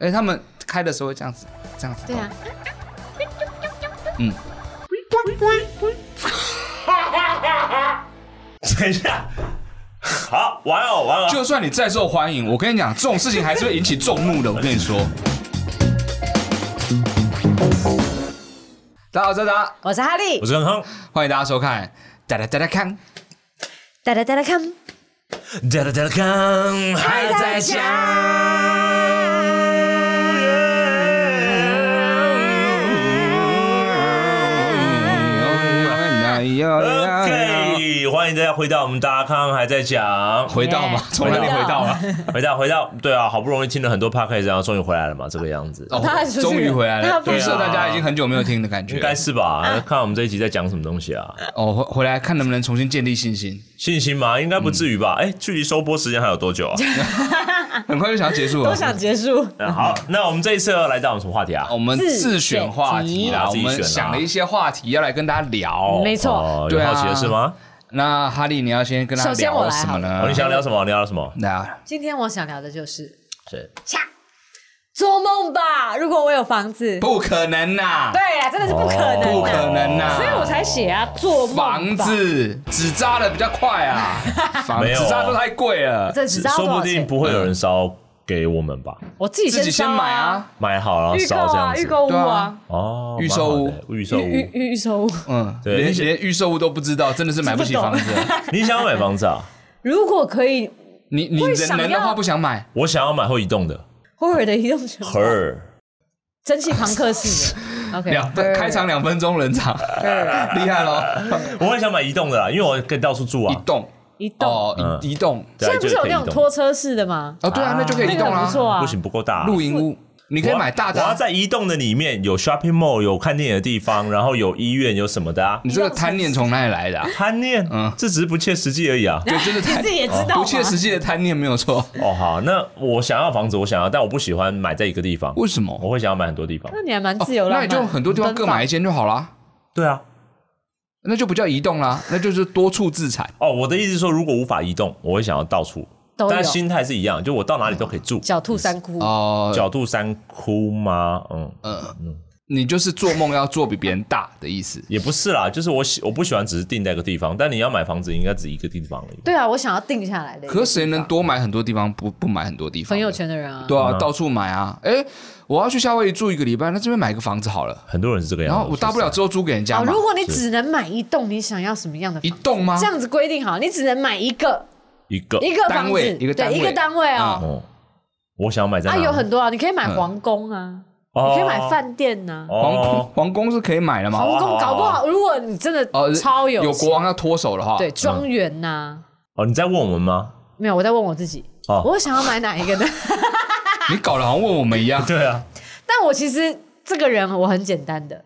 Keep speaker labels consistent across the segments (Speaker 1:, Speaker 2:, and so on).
Speaker 1: 哎，他们开的时候会这样子，这样子。
Speaker 2: 对啊，
Speaker 1: 嗯，
Speaker 3: 等一下，好，完了完了，
Speaker 1: 就算你再受欢迎，我跟你讲，这种事情还是会引起众怒的。我跟你说。大家好，我是达达，
Speaker 2: 我是哈利
Speaker 3: 我，是康康，
Speaker 1: 欢迎大家收看《哒哒哒哒看》。
Speaker 2: 哒哒哒哒看，
Speaker 3: 哒哒哒哒康还在讲。OK，欢迎大家回到我们大康还在讲，
Speaker 1: 回到吗？从哪里回到啊了？
Speaker 3: 回到回到，对啊，好不容易听了很多 p o d c a s 然后终于回来了嘛，这个样子，
Speaker 1: 哦
Speaker 2: 他还出去
Speaker 1: 终于回来
Speaker 2: 他
Speaker 1: 了，
Speaker 2: 不
Speaker 1: 预
Speaker 3: 对
Speaker 1: 设
Speaker 3: 啊
Speaker 1: 大家已经很久没有听的感觉
Speaker 3: 应。该是吧？看我们这一集在讲什么东西啊？
Speaker 1: 哦，回回来看能不能重新建立信心。
Speaker 3: 信心吗？应该不至于吧？哎，距离收播时间还有多 久啊？
Speaker 1: 很快就想要结束了。
Speaker 2: 啊都想结束。
Speaker 3: 嗯好，那我们这一次要来到我们什么话题啊？
Speaker 1: 我们自
Speaker 2: 自
Speaker 1: 选
Speaker 2: 选
Speaker 1: 话题啦，
Speaker 3: 题
Speaker 1: 我
Speaker 3: 自
Speaker 1: 们
Speaker 3: 己选啊
Speaker 1: 想了一些话题要来跟大家聊。
Speaker 2: 没错，
Speaker 3: 哦，有
Speaker 1: 对啊
Speaker 3: 好奇的事吗？
Speaker 1: 那哈利，你要先跟他
Speaker 2: 首先我
Speaker 1: 聊
Speaker 2: 来
Speaker 1: 什么呢
Speaker 3: 哦，？你想聊什么？你要聊什么？
Speaker 1: 那
Speaker 2: 今天我想聊的就是
Speaker 3: 是
Speaker 2: 做梦吧。如果我有房子，
Speaker 1: 不可能呐，
Speaker 2: 对啊，真的是不可
Speaker 1: 不
Speaker 2: 能
Speaker 1: 可
Speaker 2: 的，
Speaker 1: 能呐，
Speaker 2: 所以我才写啊，做梦
Speaker 1: 房
Speaker 2: 吧。
Speaker 1: 子纸扎的比较快 啊，房
Speaker 3: 没有
Speaker 1: 纸扎都太贵了，
Speaker 2: 这只知道
Speaker 3: 说
Speaker 2: 多
Speaker 3: 不
Speaker 2: 少
Speaker 3: 定
Speaker 2: 钱？
Speaker 3: 不会有人烧给我们吧？
Speaker 2: 我自己
Speaker 1: 自己先
Speaker 2: 烧
Speaker 1: 买，啊，
Speaker 3: 买好然后
Speaker 2: 预购
Speaker 3: 烧这样
Speaker 2: 啊，
Speaker 3: 子。
Speaker 2: 预购屋啊，
Speaker 3: 哦，
Speaker 1: 预售屋
Speaker 3: 蛮好的，预售
Speaker 1: 啊
Speaker 2: 预
Speaker 3: 屋。
Speaker 2: 预预售屋。
Speaker 1: 嗯，
Speaker 3: 对
Speaker 1: 连
Speaker 3: 你是
Speaker 1: 连预售物都不知道，真的是买不起房子。
Speaker 3: 你想要买房 子啊？
Speaker 2: 如果可以，
Speaker 1: 你 你
Speaker 2: 会
Speaker 1: 人
Speaker 2: 想
Speaker 1: 能的
Speaker 2: 要
Speaker 1: 话不想买，
Speaker 3: 我想要买会移动的。
Speaker 2: 霍尔的移动城堡
Speaker 3: 荷尔，
Speaker 2: 蒸汽朋克式 的。OK，
Speaker 1: 两分开场两分钟冷 场，厉害喽！
Speaker 3: 我很想买移动的啦，因为我可以到处住
Speaker 1: 移
Speaker 3: 啊。
Speaker 1: 动
Speaker 2: 移动。
Speaker 1: 哦，移
Speaker 3: 嗯
Speaker 1: 移动
Speaker 3: 对
Speaker 2: 现
Speaker 3: 啊
Speaker 2: 在不是有那种，拖车式的吗？
Speaker 1: 哦，对啊，
Speaker 3: 啊
Speaker 1: 那就可以移
Speaker 2: 那个
Speaker 1: 动
Speaker 2: 很
Speaker 1: 啦。
Speaker 2: 不错
Speaker 3: 就可以移动
Speaker 2: 啊。
Speaker 3: 不行，不够大啊。
Speaker 1: 露营屋，你可以买大
Speaker 3: 我要
Speaker 1: 的啊。
Speaker 3: 在移动的里面有 shopping mall，有看电影的地方，然后有医院，有什么的啊？
Speaker 1: 你这个贪念从哪里来的 啊？
Speaker 3: 贪念，
Speaker 1: 嗯
Speaker 3: 这只是不切实际而已啊。
Speaker 1: 对，就是贪
Speaker 2: 你自己也知道嘛
Speaker 1: 不切实际的贪念没有错。
Speaker 3: 哦，好，那我想要房子，我想要，但我不喜欢买在一个地方，
Speaker 1: 为什么？
Speaker 3: 我会想要买很多地方。
Speaker 2: 那你还蛮
Speaker 1: 哦
Speaker 2: 自由浪
Speaker 1: 那
Speaker 2: 漫
Speaker 1: 你就很多地方各买一间就好啦，
Speaker 3: 对啊，
Speaker 1: 那就不叫移动啦，那就是多处自产。
Speaker 3: 哦，我的意思是说，如果无法移动，我会想要到处，
Speaker 2: 都有
Speaker 3: 但心态是一样，就我到哪里都可以住。
Speaker 2: 狡兔三窟。
Speaker 1: 哦，
Speaker 3: 角度三窟吗？嗯，
Speaker 1: 你就是做梦要做比别人大的意思。
Speaker 3: 也不是啦，就是我喜我不喜欢只是定在一个地方，但你要买房子应该只一个地方而已。
Speaker 2: 对啊，我想要定下来的。
Speaker 1: 可是谁能多买很多地方，不不买很多地方？
Speaker 2: 很有。钱的人啊？
Speaker 1: 对啊，
Speaker 3: 嗯啊
Speaker 1: 到处买啊。哎，我要去夏威夷住一个礼拜，那这边买个房子好了。
Speaker 3: 很多人是这个样
Speaker 1: 然
Speaker 3: 子。
Speaker 1: 后我大不了
Speaker 3: 说
Speaker 1: 之后租给人家
Speaker 2: 哦，
Speaker 1: 啊嘛
Speaker 2: 如。果你只能买一栋，你想要什么样的
Speaker 1: 一啊
Speaker 2: 房？
Speaker 1: 栋吗
Speaker 2: 这？样子规定好，你只能买一个
Speaker 3: 实在一个，
Speaker 2: 一个
Speaker 1: 单
Speaker 2: 房
Speaker 1: 位
Speaker 2: 子，
Speaker 1: 一个单
Speaker 2: 对
Speaker 1: 位
Speaker 2: 一个单位哦。
Speaker 3: 哦，我想要买在哪
Speaker 2: 啊，
Speaker 3: 里
Speaker 2: 有很多啊，你可以买
Speaker 1: 嗯
Speaker 2: 皇宫啊，
Speaker 3: 哦
Speaker 2: 你可以买饭店呐。
Speaker 1: 皇宫
Speaker 3: 哦，
Speaker 1: 皇宫是可以买的吗？
Speaker 2: 皇
Speaker 3: 好
Speaker 2: 宫
Speaker 3: 啊
Speaker 2: 搞不好，如果你真
Speaker 1: 哦，
Speaker 2: 的超
Speaker 1: 有嗯
Speaker 2: 钱
Speaker 1: 国王要脱手的话，
Speaker 2: 对，庄园呐，
Speaker 3: 哦，你在问我们吗？
Speaker 2: 没有，我在问我自己，
Speaker 3: 哦。
Speaker 2: 我想要买哪一个呢？
Speaker 1: 你搞得好像问我们一样
Speaker 3: 对啊，
Speaker 2: 但我其实这个人我很简单的，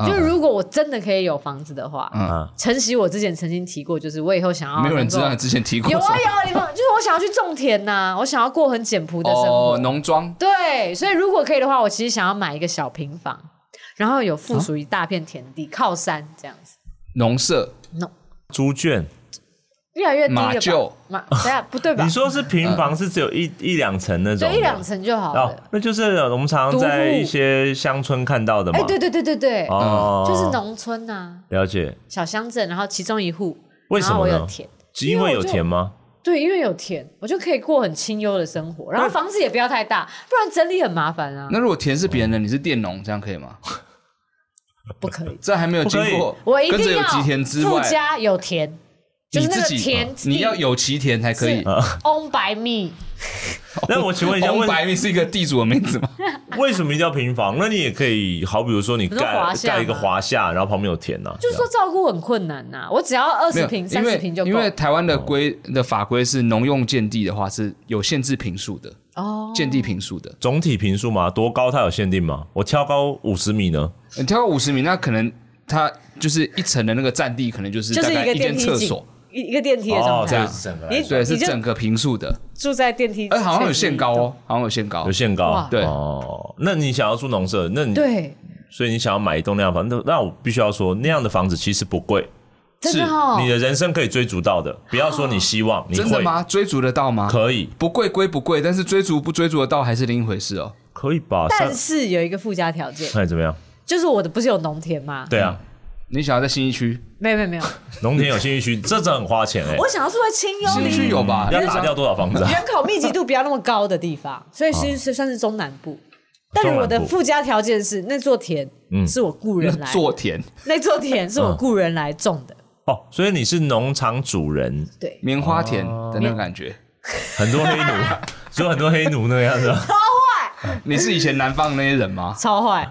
Speaker 1: 嗯
Speaker 2: 就是如果我真的可以有房子的话，
Speaker 1: 嗯
Speaker 3: 啊，
Speaker 2: 晨曦我之前曾经提过，就是我以后想要
Speaker 1: 没有人
Speaker 2: 啊能
Speaker 1: 知
Speaker 2: 够
Speaker 1: 道你之前提过
Speaker 2: 有
Speaker 1: 什
Speaker 2: 啊
Speaker 1: 么
Speaker 2: 有啊，你们就是我想要去种田呐、我想要过很简朴的生活。
Speaker 1: 哦，农庄
Speaker 2: 对，所以如果可以的话，我其实想要买一个小平房，然后有附属一大片田地，靠山这样子。
Speaker 1: 农舍
Speaker 2: no，
Speaker 3: 猪圈，
Speaker 2: 越来越低
Speaker 1: 马厩
Speaker 2: 了吧？马，等 一下不对吧
Speaker 3: 你？说是平
Speaker 1: 嗯
Speaker 3: 房是只有一一两层那种的，
Speaker 2: 对，一两层就好
Speaker 3: 哦
Speaker 2: 了。，
Speaker 3: 那就是我们常常在一些乡村看到的嘛
Speaker 2: 哎、。对对对对对，
Speaker 3: 哦，
Speaker 2: 嗯就是农村呐、
Speaker 3: 了解，
Speaker 2: 小乡镇，然后其中一户，
Speaker 3: 为什么呢
Speaker 2: 然后我有田。
Speaker 3: 是因为有
Speaker 2: 因为
Speaker 3: 田吗？
Speaker 2: 对，因为有田，我就可以过很清幽的生活，然后房子也不要太大，不然整理很麻烦啊。
Speaker 1: 那如果田是别人的，你是佃农，这样可以吗？
Speaker 2: 不可以，
Speaker 1: 这还没有经过
Speaker 2: 我一
Speaker 1: 跟着
Speaker 2: 定
Speaker 1: 有
Speaker 2: 要
Speaker 1: 吉田之
Speaker 2: 附
Speaker 1: 外，
Speaker 2: 加有田，就
Speaker 1: 你
Speaker 2: 是那
Speaker 1: 自
Speaker 2: 个
Speaker 1: 己
Speaker 2: 田
Speaker 1: 你要有齐田才可以
Speaker 2: 是。own by me，
Speaker 3: 那我请问一 下，
Speaker 1: 红
Speaker 3: 为
Speaker 1: 白米是一个地主的名字 吗？
Speaker 3: 为什么一定要平房？那你也可以，好比如说你
Speaker 2: 是
Speaker 3: 盖
Speaker 2: 华夏吗
Speaker 3: 盖一个华夏，然后旁边有田呐、啊，
Speaker 2: 就是说照顾很困难呐、我只要二
Speaker 1: 没
Speaker 2: 十
Speaker 1: 有，
Speaker 2: 平、
Speaker 1: 因
Speaker 2: 三十
Speaker 1: 为
Speaker 2: 平就够
Speaker 1: 因为台湾的规的法规是农用建地的话是有限制平数的，
Speaker 2: 哦。
Speaker 1: 建地平数的。
Speaker 3: 总体平数嘛，多高它有限定吗？我挑高五十米呢？
Speaker 1: 你跳到五十米，那可能它就是一层的那个占地，可能就是
Speaker 2: 就
Speaker 1: 大
Speaker 2: 是一
Speaker 1: 概
Speaker 2: 个
Speaker 1: 一间
Speaker 2: 电
Speaker 1: 厕
Speaker 2: 梯井
Speaker 1: 所，，哦
Speaker 2: 一一个电梯的状
Speaker 3: 哦这
Speaker 2: 态。
Speaker 3: 个是整个来
Speaker 2: 你
Speaker 3: 说
Speaker 1: 对，是
Speaker 2: 你就
Speaker 1: 整个平数的。
Speaker 2: 住在电梯，
Speaker 1: 哎，好像有限高。哦，好像有限高
Speaker 3: 有。限高
Speaker 2: 哇，
Speaker 1: 对
Speaker 3: 哦。那你想要住农舍，那你
Speaker 2: 对，
Speaker 3: 所以你想要买一栋那样的房，那那我必须要说，那样的房子其实不贵，
Speaker 2: 真
Speaker 3: 是
Speaker 2: 的哦
Speaker 3: 你。的人生可以追逐到的。不要说你希望，你
Speaker 1: 真的
Speaker 3: 会
Speaker 1: 吗？追逐得到吗？
Speaker 3: 可以
Speaker 1: 不贵归不贵，但是追逐不追逐得到还是另一回事哦。
Speaker 3: 可以吧？三
Speaker 2: 但是有一个附加条件，
Speaker 3: 哎怎么样？
Speaker 2: 就是我的不是有农田吗？
Speaker 3: 对啊，
Speaker 1: 你想要在新一区，
Speaker 2: 没有没有 没有，
Speaker 3: 农田有信义区，这真的很花钱哎、
Speaker 2: 我想要住在清幽
Speaker 1: 新一区
Speaker 2: 离
Speaker 1: 有吧？
Speaker 3: 嗯要打掉多少房 子啊？
Speaker 2: 人口密集度不要那么高的地
Speaker 1: 啊
Speaker 2: 方，所以是是算是中南部。但是我的
Speaker 3: 中南部
Speaker 2: 附加条件是，那座田
Speaker 3: 嗯
Speaker 2: 是我雇人来，
Speaker 1: 做田
Speaker 2: 那座田是我雇人来种的。
Speaker 1: 嗯
Speaker 3: 哦，所以你是农场主人，
Speaker 2: 对，
Speaker 1: 棉花田
Speaker 3: 哦
Speaker 1: 的那种感觉。
Speaker 3: 很多黑 奴，就很多黑奴那 样子啊。
Speaker 1: 你是以前南方的那些人吗？
Speaker 2: 超坏。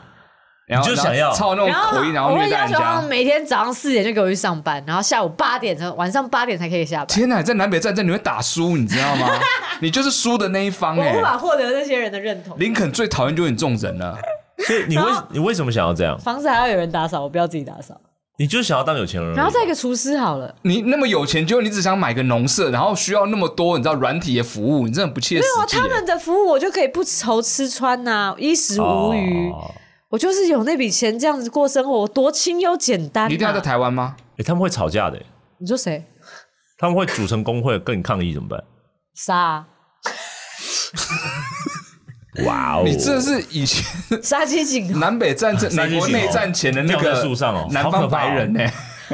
Speaker 1: 然后
Speaker 3: 你就想
Speaker 1: 然
Speaker 3: 要
Speaker 1: 后操那
Speaker 2: 然
Speaker 1: 种
Speaker 2: 后
Speaker 1: 口音，然后
Speaker 2: 我
Speaker 1: 虐
Speaker 2: 会
Speaker 1: 待
Speaker 2: 要
Speaker 1: 人
Speaker 2: 求他
Speaker 1: 家
Speaker 2: 们。每天早上四点就给我去上班，然后下午八点才晚上八点才可以下 班。
Speaker 1: 天哪，在南北战争你会打输，你知道吗？ 你就是输的那一方
Speaker 2: 我
Speaker 1: 哎、
Speaker 2: 无法获得那些人的认同。
Speaker 1: 林肯最讨厌就是你这种人了。
Speaker 3: 所以你为
Speaker 2: 然后
Speaker 3: 你为什么想要这样？
Speaker 2: 房子还要有人打扫，我不要自己打扫。
Speaker 3: 你就想要当有钱人而已，
Speaker 2: 然后再一个厨师好了，
Speaker 1: 你那么有钱，结果你只想买个农舍，然后需要那么多你知道软体的服务，你真的不切实
Speaker 2: 哇，
Speaker 1: 际、欸
Speaker 2: 哦啊他们的服务我就可以不愁吃穿呐、衣食无余。
Speaker 3: 哦
Speaker 2: 我就是有那笔钱这样子过生活，我多清幽简单、啊。
Speaker 1: 你一定要在台湾吗？
Speaker 3: 诶他们会吵架的，欸
Speaker 2: 你说谁？
Speaker 3: 他们会组成工会跟你抗议怎么办？
Speaker 2: 杀啊
Speaker 3: 哇哦，啊
Speaker 1: 你这是以前
Speaker 2: 杀鸡儆猴！
Speaker 1: 南北战争、
Speaker 3: 三
Speaker 1: 美
Speaker 3: 一
Speaker 1: 国
Speaker 3: 九
Speaker 1: 内战前的那
Speaker 3: 吊
Speaker 1: 个
Speaker 3: 在树上哦
Speaker 1: 南方白人呢、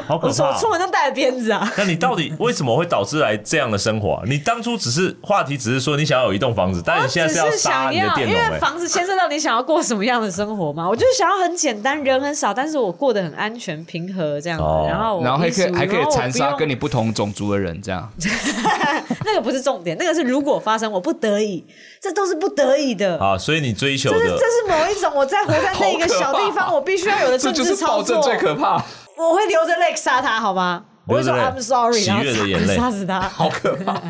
Speaker 3: 好可
Speaker 2: 我说
Speaker 3: 怕
Speaker 2: 我出
Speaker 3: 哦。
Speaker 2: 门都带着鞭子啊！
Speaker 3: 那你到底为什么会导致来这样的生活啊、你当初只是话题，只是说你想要有一栋房子，但
Speaker 2: 我
Speaker 3: 你现在
Speaker 2: 哦只
Speaker 3: 要
Speaker 2: 是
Speaker 3: 杀
Speaker 2: 想
Speaker 3: 你的
Speaker 2: 要，
Speaker 3: 佃
Speaker 2: 因
Speaker 3: 农
Speaker 1: 欸
Speaker 2: 为
Speaker 3: 哎、
Speaker 2: 房子牵涉到你想要过什么样的生活嘛。我就是想要很简单，人很少，但是我过得很安全、平和这样子。
Speaker 3: 哦
Speaker 2: 然后我
Speaker 1: 然后还可
Speaker 2: 衣食
Speaker 1: 以
Speaker 2: 无
Speaker 1: 还可以
Speaker 2: 忧
Speaker 1: 残杀跟
Speaker 2: 我
Speaker 1: 你不同种族的人，这样
Speaker 2: 不用那个不是重点，那个是如果发生我不得已，这都是不得已的。
Speaker 3: 啊，所以你追求
Speaker 2: 这是
Speaker 3: 的
Speaker 2: 这是某一种我在活在那一个小地
Speaker 1: 好可怕
Speaker 2: 方，我必须要有的
Speaker 1: 这
Speaker 2: 政
Speaker 1: 就
Speaker 2: 治
Speaker 1: 是暴
Speaker 2: 操
Speaker 1: 政
Speaker 2: 作。
Speaker 1: 最可 怕，
Speaker 2: 我会流着泪杀他，好吗？我会说
Speaker 3: 流着
Speaker 2: I'm
Speaker 3: 泪
Speaker 2: sorry，
Speaker 3: 喜
Speaker 2: 然后
Speaker 3: 悦的
Speaker 2: 杀
Speaker 3: 眼泪
Speaker 2: 杀死他。
Speaker 1: 好可怕。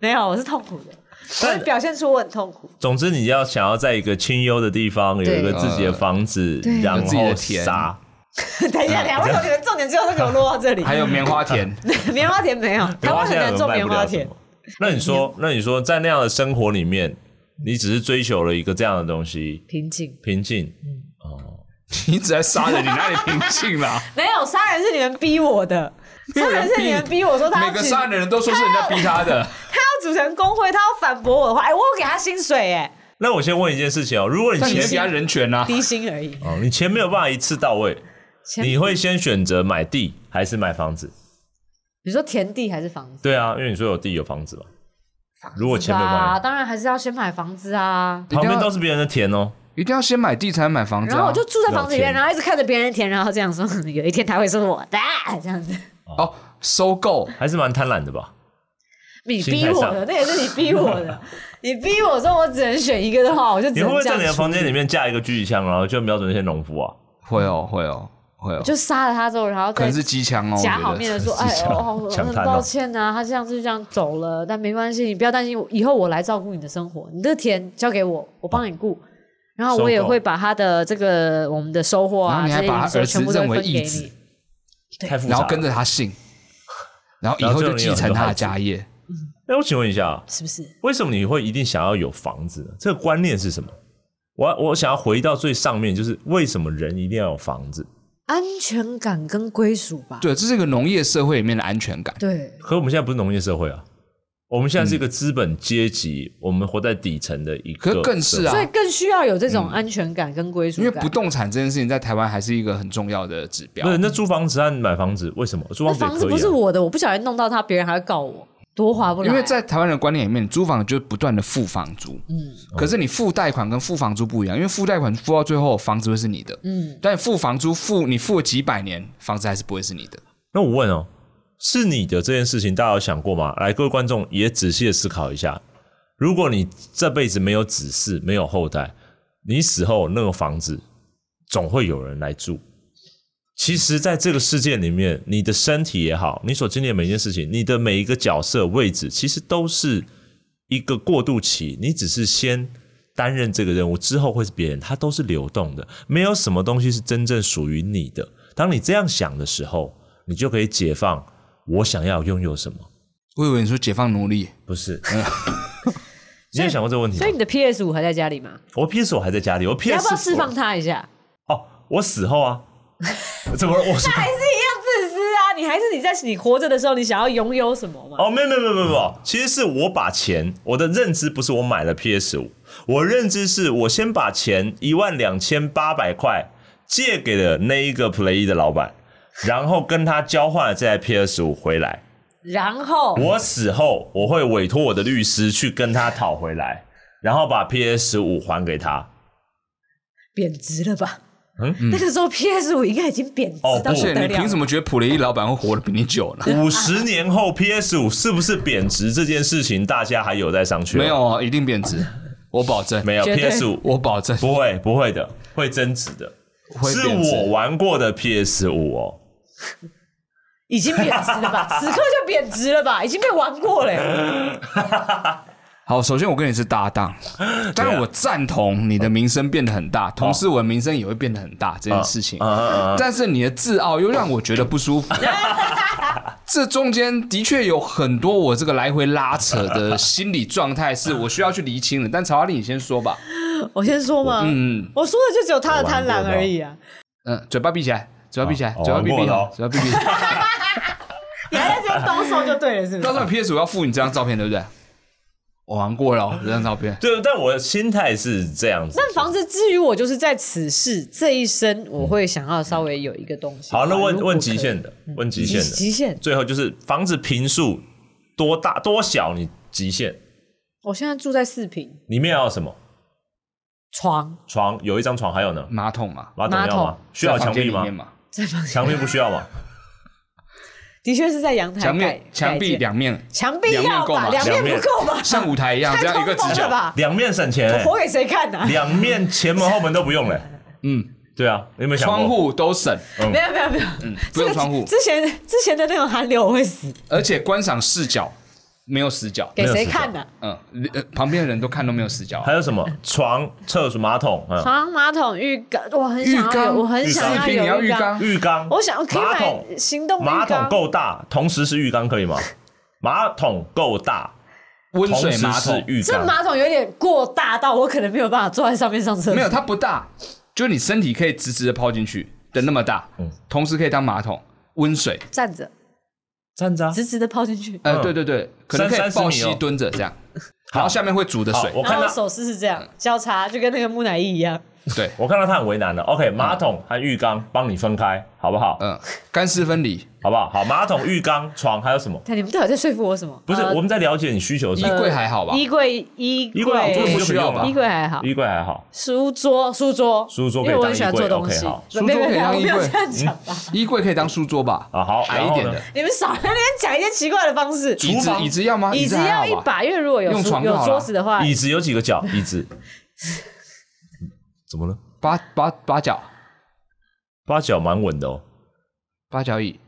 Speaker 2: 没有，我是痛苦的，我
Speaker 3: 但
Speaker 2: 会表现出我很 痛苦。
Speaker 3: 总之，你要想要在一个清幽的地方有一个自己的房子，然
Speaker 1: 有自己的
Speaker 3: 后
Speaker 1: 田
Speaker 3: 杀。
Speaker 2: 等一下，等一下，为什么你们重点只有这个落到这里？
Speaker 1: 啊还有啊棉花田，
Speaker 2: 棉花 田没有，台湾很难种棉花田。。
Speaker 3: 那你说，那你说，在那样的生活里面，你只是追求了一个这样的东西，
Speaker 2: 瓶颈
Speaker 3: 平静。
Speaker 1: 你只在杀人，你哪里平静啦？
Speaker 2: 没有杀人是你们逼我 的，杀人是你们逼我说 他
Speaker 1: 每
Speaker 2: 要
Speaker 1: 个
Speaker 2: 组
Speaker 1: 杀人的人都说是人家逼他的，
Speaker 2: 他要组成工会，他要反驳我的话，哎，我有给他薪水哎，
Speaker 3: 那我先问一件事情哦，如果你
Speaker 1: 但你
Speaker 3: 钱
Speaker 1: 要给他人权啊呐。
Speaker 2: 低薪而已。
Speaker 3: 哦，你钱没有办法一次到位，
Speaker 2: 钱
Speaker 3: 你会先选择买地还是买房子？
Speaker 2: 你说田地还是房子？
Speaker 3: 对啊，因为你说有地有房子嘛。如果钱没有办
Speaker 2: 啊，
Speaker 3: 法，
Speaker 2: 当然还是要先买房子啊。
Speaker 1: 一定
Speaker 3: 旁边
Speaker 1: 要
Speaker 3: 都是别人的田哦。
Speaker 1: 一定要先买地才能买房子、啊。
Speaker 2: 然后我就住在房子里面，
Speaker 3: 聊天
Speaker 2: 然后一直看着别人田，然后这样说， 有一天他会是我的这样子。
Speaker 1: 哦收购，
Speaker 3: 还是蛮贪婪的吧？
Speaker 2: 你
Speaker 3: 心
Speaker 2: 逼
Speaker 3: 态
Speaker 2: 我
Speaker 3: 上
Speaker 2: 的，那也是你逼我的。 你逼我说我只能选一个的话，我就只
Speaker 3: 你会
Speaker 2: 能
Speaker 3: 不会
Speaker 2: 这
Speaker 3: 在
Speaker 2: 样
Speaker 3: 你的
Speaker 2: 处
Speaker 3: 房
Speaker 2: 理
Speaker 3: 间里面架一个狙击枪，然后就瞄准那些农夫啊？
Speaker 1: 会哦，会哦，会哦，
Speaker 2: 就杀了他之后，然后
Speaker 1: 可
Speaker 2: 再
Speaker 1: 能是机枪哦，我
Speaker 2: 假好
Speaker 1: 觉
Speaker 2: 面
Speaker 1: 得。
Speaker 2: 的说：“
Speaker 3: 自
Speaker 2: 哎
Speaker 3: 己，抢
Speaker 2: 哦，
Speaker 3: 抢
Speaker 2: 很
Speaker 3: 滩
Speaker 2: 抱
Speaker 3: 了
Speaker 2: 歉呐，他这样就是这样走了，但没关系，你不要担心，我以后我来照顾你的生活，你的田交给我，我帮你顾。然后
Speaker 3: 收
Speaker 2: 我也
Speaker 3: 购
Speaker 2: 会把他的这个我们的收获
Speaker 1: 然
Speaker 2: 啊，
Speaker 1: 后你
Speaker 2: 这
Speaker 1: 还
Speaker 2: 些
Speaker 1: 把
Speaker 2: 营
Speaker 1: 他
Speaker 2: 收
Speaker 1: 儿
Speaker 2: 全
Speaker 1: 子
Speaker 2: 部都
Speaker 1: 认为
Speaker 2: 分给
Speaker 1: 义子
Speaker 2: 你。
Speaker 3: 太复杂了。
Speaker 1: 然后跟着他姓，然后以后就继承他的家业。
Speaker 3: 哎，我请问一下，
Speaker 2: 是不是？
Speaker 3: 为什么你会一定想要有房子呢？这个观念是什么？我我想要回到最上面，就是为什么人一定要有房子？
Speaker 2: 安全感跟归属吧。
Speaker 1: 对，这是一个农业社会里面的安全感。
Speaker 2: 对
Speaker 3: 可我们现在不是农业社会啊，我们现在是一个资本阶级，我们活在底层的一个
Speaker 1: 可，更是啊
Speaker 2: 所以更需要有这
Speaker 3: 嗯
Speaker 2: 种安全感跟归属
Speaker 1: 因为
Speaker 2: 感。啊
Speaker 1: 不动产这件事情在台湾还是一个很重要的指标
Speaker 3: 不。是那租房子和买房子为什么？租
Speaker 2: 那
Speaker 3: 房子
Speaker 2: 房
Speaker 3: 也
Speaker 2: 子
Speaker 3: 可
Speaker 2: 不
Speaker 3: 以、
Speaker 2: 是
Speaker 3: 啊。
Speaker 2: 我的，我不小心弄到他，别人还会告我，多划不来。
Speaker 1: 因为在台湾的观念里面，租房就是不断的付房租，嗯，可是你付贷款跟付房租不一样，因为付贷款付到最后房子会是你的，嗯，但付房租付你付了几百年，房子还是不会是你的。
Speaker 3: 那我问哦，是你的这件事情，大家有想过吗？来，各位观众也仔细的思考一下，如果你这辈子没有子嗣，没有后代，你死后那个房子总会有人来住。其实，在这个世界里面，你的身体也好，你所经历的每一件事情，你的每一个角色位置，其实都是一个过渡期。你只是先担任这个任务，之后会是别人，它都是流动的，没有什么东西是真正属于你的。当你这样想的时候，你就可以解放我想要拥有什么，
Speaker 1: 我以为你说解放奴隶，
Speaker 3: 不是？你有想过这个问题吗
Speaker 2: 所以？你的 PS 五还在家里吗？
Speaker 3: 我 PS 我还在家里，我 PS
Speaker 2: 要不要释放他一下？
Speaker 3: 哦，我死后啊，怎么了？我
Speaker 2: 还是一样自私啊！啊，你还是你在你活着的时候，你想要拥有什么嘛？
Speaker 3: 哦，没有没有没有没有没有，其实是我把钱，我的认知不是我买了 PS 五，我认知是我先把钱一万两千八百块借给了那一个 Play 的老板，然后跟他交换了这台 PS 五回来。
Speaker 2: 然后
Speaker 3: 我死后，我会委托我的律师去跟他讨回来，然后把 PS 五还给他。
Speaker 2: 贬值了吧？
Speaker 3: 嗯
Speaker 2: 那个时候 PS 五应该已经贬值到
Speaker 3: 哦
Speaker 2: 不得
Speaker 1: 而
Speaker 2: 了。
Speaker 1: 且你凭什么觉得普雷伊老板会活得比你久呢？
Speaker 3: 五十年后 PS 五是不是贬值这件事情，大家还有待商榷。
Speaker 1: 没，有啊，一定贬值，我保证，
Speaker 3: 没有
Speaker 2: 绝对
Speaker 3: PS 五
Speaker 1: 我保证
Speaker 3: 不会不会的，会增值的。
Speaker 1: 会
Speaker 3: 是
Speaker 1: 贬值
Speaker 3: 我玩过的 PS 五哦，
Speaker 2: 已经贬值了吧？此刻就贬值了吧？已经被玩过了、
Speaker 1: 好，首先我跟你是搭 档，
Speaker 3: 啊
Speaker 1: 但是我赞同你的名声变得很大，
Speaker 3: 哦
Speaker 1: 同时我的名声也会变得很大这件事情。
Speaker 3: 啊啊啊！
Speaker 1: 但是你的自傲又让我觉得不舒 服，这中间的确有很多我这个来回拉扯的心理状态，是我需要去厘清的。但曹阿丽，你先说吧。
Speaker 2: 我先说嘛，
Speaker 1: 嗯
Speaker 2: 我说的就只有他的贪婪而已啊！
Speaker 1: 嗯，嘴巴闭起来，嘴巴闭起来，
Speaker 3: 哦
Speaker 1: 嘴巴闭
Speaker 3: 玩
Speaker 1: 闭
Speaker 3: 过了
Speaker 1: 好
Speaker 3: 哦，
Speaker 1: 嘴巴闭 闭。
Speaker 2: 你还在这样兜售就对了，是不
Speaker 1: 到
Speaker 2: 是
Speaker 1: 时？候 PS 五要附你这张照片，对不对？我玩过了哦这张照片。
Speaker 3: 对，但我的心态是这样子。
Speaker 2: 但房子之于我，就是在此世这一生，我会想要稍微有一个东西。
Speaker 3: 好，那问
Speaker 2: 如果
Speaker 3: 问
Speaker 2: 可以
Speaker 3: 极限的，
Speaker 1: 嗯
Speaker 3: 问极限
Speaker 2: 极
Speaker 3: 的，
Speaker 2: 极限。
Speaker 3: 最后就是房子平数多大多小，你极限
Speaker 2: 我现在住在四平，
Speaker 3: 里面要有什么？
Speaker 2: 床
Speaker 3: 床有一张床，还有呢，
Speaker 1: 马桶嘛，
Speaker 3: 马桶
Speaker 2: 马
Speaker 3: 要吗
Speaker 2: 桶？
Speaker 3: 需要
Speaker 1: 在
Speaker 3: 墙
Speaker 1: 房间
Speaker 3: 壁
Speaker 1: 里
Speaker 3: 吗
Speaker 1: 面？嘛，
Speaker 2: 在房间，
Speaker 3: 墙壁不需 要吗？
Speaker 2: 的确是在阳台
Speaker 1: 墙
Speaker 2: 盖
Speaker 1: 面
Speaker 2: 盖
Speaker 1: 墙壁
Speaker 2: 建
Speaker 1: 两面，
Speaker 2: 墙壁
Speaker 1: 两面
Speaker 2: 要
Speaker 1: 够
Speaker 2: 吧，
Speaker 1: 吗
Speaker 2: 两面
Speaker 3: 两面
Speaker 2: 不够吧？
Speaker 1: 像舞台一样，
Speaker 2: 太
Speaker 1: 这样一个直
Speaker 2: 冲锋
Speaker 1: 角
Speaker 2: 了。吧？
Speaker 3: 两面省钱欸，
Speaker 2: 活给谁看呢、啊？
Speaker 3: 两面前门后门都不用嘞。
Speaker 1: 嗯，
Speaker 3: 对啊，你有没有想过？
Speaker 1: 窗户都省，
Speaker 2: 没有没有没有，
Speaker 1: 嗯不用窗户，
Speaker 2: 之前之前的那种寒流我会死，
Speaker 1: 而且观赏视角没有死角，
Speaker 2: 给谁看呢、啊
Speaker 1: 嗯，呃旁边的人都看都没有死角
Speaker 3: 还。有什么？床、厕所、马桶，嗯，
Speaker 2: 床、马桶、浴缸，我很
Speaker 1: 浴
Speaker 2: 想要有，
Speaker 1: 缸
Speaker 2: 我很
Speaker 3: 浴
Speaker 2: 想
Speaker 3: 缸
Speaker 1: 你
Speaker 2: 有
Speaker 1: 要浴
Speaker 2: 缸。
Speaker 1: 缸
Speaker 3: 浴缸。
Speaker 2: 我想可以
Speaker 3: 马桶
Speaker 2: 买行动浴
Speaker 3: 马桶
Speaker 2: 缸，
Speaker 3: 够大，同时是浴缸可以吗？马桶够大，
Speaker 1: 温
Speaker 3: 同
Speaker 1: 水
Speaker 3: 时
Speaker 1: 马
Speaker 3: 是
Speaker 1: 桶
Speaker 3: 浴
Speaker 2: 这
Speaker 3: 缸。
Speaker 2: 马桶有点过大到我可能没有办法坐在上面上厕所。
Speaker 1: 没有，它不大，就是你身体可以直直的泡进去的那么大，
Speaker 3: 嗯
Speaker 1: 同时可以当马桶、温水，
Speaker 2: 站着
Speaker 3: 站着啊
Speaker 2: 直直的泡进去，
Speaker 1: 呃，
Speaker 3: 嗯
Speaker 1: 对对对，可能可
Speaker 3: 三
Speaker 1: 以
Speaker 3: 30
Speaker 1: 抱
Speaker 3: 米哦
Speaker 1: 膝蹲着这样，然后下面会煮的
Speaker 3: 好
Speaker 1: 水，
Speaker 3: 我看
Speaker 2: 然后
Speaker 3: 到
Speaker 2: 手势是这样交叉，就跟那个木乃伊一样。
Speaker 1: 对，
Speaker 3: 我看到他很为难了。OK，马桶和浴缸帮你分开，好不好？
Speaker 1: 嗯，干湿分离，
Speaker 3: 好不好？好，马桶、浴缸、床还有什么？
Speaker 2: 看你们到底在说服我什么？
Speaker 3: 不是，
Speaker 2: 呃
Speaker 3: 我们在了解你需求是
Speaker 1: 衣
Speaker 3: 什么。
Speaker 1: 柜还好吧？
Speaker 2: 衣柜衣
Speaker 3: 衣柜啊好，这个不需要吧？
Speaker 2: 衣柜还好，
Speaker 3: 衣柜还好，
Speaker 2: 书桌书桌
Speaker 3: 书桌
Speaker 2: 因
Speaker 3: 可以
Speaker 2: 为我
Speaker 3: 当
Speaker 2: 很喜欢
Speaker 3: 衣柜
Speaker 2: 做东西
Speaker 3: OK，好，
Speaker 2: 不没有
Speaker 1: 书桌可以
Speaker 2: 没有
Speaker 1: 当
Speaker 2: 我没
Speaker 1: 衣
Speaker 2: 有
Speaker 1: 柜
Speaker 2: 这样讲吧？
Speaker 1: 衣柜可以当书桌吧？
Speaker 3: 啊好
Speaker 1: 矮
Speaker 3: 然
Speaker 1: 一
Speaker 3: 后
Speaker 1: 点
Speaker 3: 呢
Speaker 1: 的
Speaker 2: 你们少在那边讲一些奇怪的方式。
Speaker 1: 椅
Speaker 3: 厨
Speaker 1: 子，
Speaker 3: 房
Speaker 1: 椅子要吗？
Speaker 2: 椅子
Speaker 1: 还
Speaker 2: 要
Speaker 1: 好
Speaker 2: 一
Speaker 1: 吧？
Speaker 2: 把，因为如果有
Speaker 1: 用
Speaker 2: 书
Speaker 1: 床就
Speaker 2: 有
Speaker 1: 好
Speaker 2: 桌
Speaker 1: 了
Speaker 2: 子的话，
Speaker 3: 椅子有几个角？椅子怎么了？
Speaker 1: 八八八角，
Speaker 3: 八角蛮稳的哦，
Speaker 1: 八角椅，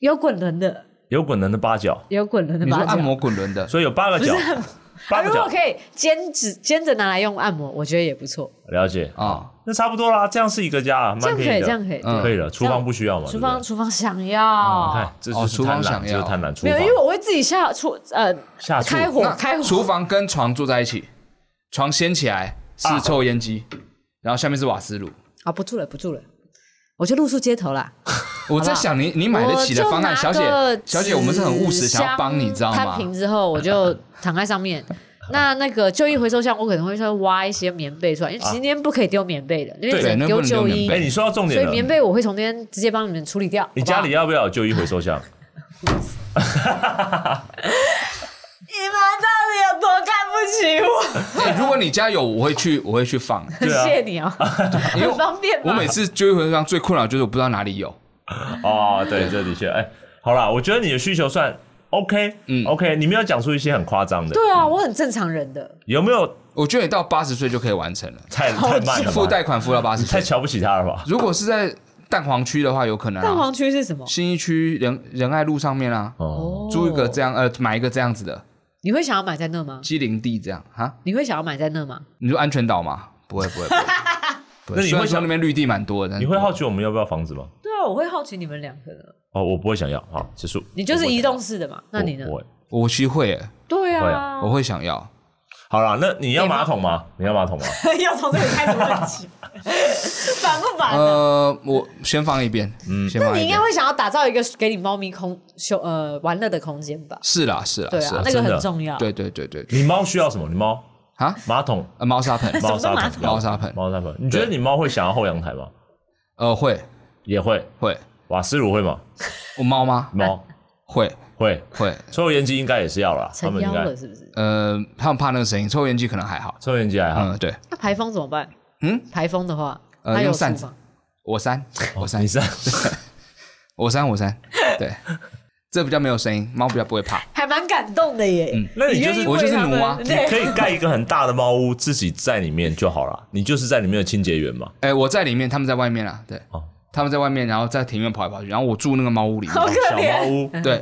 Speaker 2: 有滚轮的，
Speaker 3: 有滚轮的八角，
Speaker 2: 有滚轮的
Speaker 1: 你说
Speaker 2: 八
Speaker 1: 按
Speaker 2: 角。
Speaker 1: 摩滚轮的，
Speaker 3: 所以有八个角，八
Speaker 2: 啊，
Speaker 3: 个
Speaker 2: 如果
Speaker 3: 角，
Speaker 2: 可以兼职兼着拿来用按摩，我觉得也不错。
Speaker 3: 了解
Speaker 1: 啊。
Speaker 3: 那差不多啦，这样是一个家啊，
Speaker 2: 这
Speaker 3: 蛮
Speaker 2: 样可
Speaker 3: 便
Speaker 2: 以，
Speaker 3: 宜
Speaker 2: 这样
Speaker 3: 的，
Speaker 2: 可以。
Speaker 1: 嗯
Speaker 2: 对
Speaker 3: 可以了。厨房不需要嘛？
Speaker 2: 厨
Speaker 3: 对嗯
Speaker 2: 房
Speaker 3: 不对
Speaker 2: 厨房想
Speaker 3: 你
Speaker 2: 要
Speaker 3: 看，，这
Speaker 1: 哦
Speaker 3: 就是
Speaker 1: 厨房
Speaker 3: 贪婪
Speaker 1: 想
Speaker 3: 这就是
Speaker 1: 要
Speaker 3: 贪婪。厨
Speaker 2: 没有，因为
Speaker 3: 房
Speaker 2: 我会自己下厨呃
Speaker 3: 下厨
Speaker 2: 开火
Speaker 1: 那
Speaker 2: 开火。
Speaker 1: 厨房跟床坐在一起，床掀起来是
Speaker 3: 啊
Speaker 1: 抽烟机，然后下面是瓦斯炉。
Speaker 2: 啊，不住了不住了，我就露宿街头啦。
Speaker 1: 我在想你你买得起的方案，小姐小姐，我们是很务实，想要帮你，知道
Speaker 2: 摊
Speaker 1: 吗？
Speaker 2: 平之后，我就躺在 上面。那那个旧衣回收箱，我可能会稍微挖一些棉被出来，因为今天不可以丢棉被的，因为
Speaker 3: 对
Speaker 2: 只
Speaker 1: 啊那
Speaker 2: 丢
Speaker 1: 不能丢
Speaker 2: 旧
Speaker 1: 棉
Speaker 2: 衣
Speaker 1: 被
Speaker 3: 哎，，你说到重
Speaker 2: 所
Speaker 3: 点
Speaker 2: 以
Speaker 3: 了，
Speaker 2: 棉被我会从这边直接帮你们处理掉。
Speaker 3: 你家里
Speaker 2: 好
Speaker 3: 要不要有旧衣回 收箱？
Speaker 2: 不好你们到底有多看不起
Speaker 1: 哎如果你家有，我会去，我会去 放，
Speaker 2: 我？
Speaker 3: 对啊
Speaker 2: 谢谢你啊，
Speaker 1: 因为
Speaker 2: 很方便
Speaker 1: 我
Speaker 2: 吗
Speaker 1: 每？次追回箱最困扰就是我不知道哪里有。
Speaker 3: 哦，对，这的确，哎，好啦，我觉得你的需求算 OK，嗯
Speaker 1: 嗯
Speaker 3: ，OK，你没有讲出一些很夸张的，
Speaker 2: 对啊，我很正常人的，
Speaker 3: 有没有
Speaker 1: 我觉得你到八十岁就可以完成了，
Speaker 3: 太太慢了
Speaker 1: 付
Speaker 3: 吧？
Speaker 1: 贷款付到八十
Speaker 3: 太
Speaker 1: 岁。
Speaker 3: 瞧不起他了 吧？
Speaker 1: 如果是在蛋黄区的话，有可能
Speaker 2: 蛋
Speaker 1: 啊，
Speaker 2: 黄区是什么？
Speaker 1: 新一区仁仁爱路上面啊，
Speaker 3: 哦，
Speaker 1: 租一个这样呃，买一个这样子的
Speaker 2: 你会想要买在那吗？
Speaker 1: 机灵地这样哈，
Speaker 2: 你会想要买在那吗？
Speaker 1: 你说安全岛嘛？不会不会不会。 不
Speaker 3: 那
Speaker 1: 会
Speaker 3: 你会
Speaker 1: 虽然说
Speaker 3: 想
Speaker 1: 那边绿地蛮多的，但
Speaker 3: 你
Speaker 1: 是
Speaker 3: 会
Speaker 1: 不
Speaker 3: 好奇我们要不要房子吗？
Speaker 2: 对啊，我会好奇你们两个的。
Speaker 3: 哦，我不会想要，好，结束。
Speaker 2: 你就是
Speaker 3: 我不会
Speaker 2: 移动式的嘛？那你呢
Speaker 3: 我？我
Speaker 1: 我其实会耶，
Speaker 2: 对
Speaker 3: 会
Speaker 2: 啊，
Speaker 1: 我会想要。
Speaker 3: 好啦，那你要马桶吗？你要马桶吗？
Speaker 2: 要从这里开始问起，烦不烦啊？
Speaker 1: 呃，我先放一遍，嗯，先
Speaker 2: 那
Speaker 1: 放
Speaker 2: 你
Speaker 1: 一
Speaker 2: 应该
Speaker 1: 遍。
Speaker 2: 会想要打造一个给你猫咪空休呃玩乐的空间吧？
Speaker 1: 是啦，是啦，
Speaker 2: 对
Speaker 1: 是
Speaker 2: 啊
Speaker 1: 啦，，
Speaker 2: 那个
Speaker 3: 真
Speaker 2: 很
Speaker 3: 的
Speaker 2: 重要。
Speaker 1: 对对对对对
Speaker 3: 你猫需要什么？你猫
Speaker 1: 啊，
Speaker 3: 马桶、
Speaker 1: 呃猫砂盆，
Speaker 3: 猫
Speaker 2: 么
Speaker 3: 砂
Speaker 2: 都马
Speaker 3: 盆
Speaker 2: 桶、
Speaker 1: 猫砂盆
Speaker 3: 猫砂盆。你觉得
Speaker 1: 对
Speaker 3: 你猫会想要后阳台吗？
Speaker 1: 呃，会
Speaker 3: 也会。
Speaker 1: 会，
Speaker 3: 瓦斯炉会吗？
Speaker 1: 我猫
Speaker 2: 啊
Speaker 1: 吗？
Speaker 3: 猫
Speaker 1: 会
Speaker 3: 会。
Speaker 1: 会，
Speaker 3: 抽油烟机应该也是要啦，他
Speaker 2: 成
Speaker 3: 们应
Speaker 2: 妖
Speaker 3: 该
Speaker 2: 了是不是？
Speaker 1: 呃，他们怕那个声音，抽油烟机可能还好。
Speaker 3: 抽油烟机还好。哦
Speaker 1: 嗯，对，
Speaker 2: 那排风怎么办？
Speaker 1: 嗯，
Speaker 2: 排风的话，
Speaker 1: 呃
Speaker 2: 它有
Speaker 1: 用扇子
Speaker 2: 厨房
Speaker 1: 我三，我三
Speaker 3: 哦你，是 啊
Speaker 1: 我三，我三，对，这比较没有声音，猫比较不会怕。
Speaker 2: 还蛮感动的耶。
Speaker 3: 那你就是
Speaker 2: 愿意
Speaker 1: 我就是
Speaker 2: 喂它们
Speaker 1: 奴啊
Speaker 3: 你可
Speaker 2: 对，
Speaker 3: 以盖一个很大的猫屋，自己在里面就好了。你就是在里面的清洁员嘛。
Speaker 1: 哎，我在里面，他们在外面啊，对
Speaker 3: 哦，
Speaker 1: 他们在外面，然后在庭院跑来跑去，然后我住那个猫屋里面
Speaker 2: 好，可
Speaker 3: 小猫
Speaker 2: 怜。
Speaker 3: 屋，
Speaker 1: 对，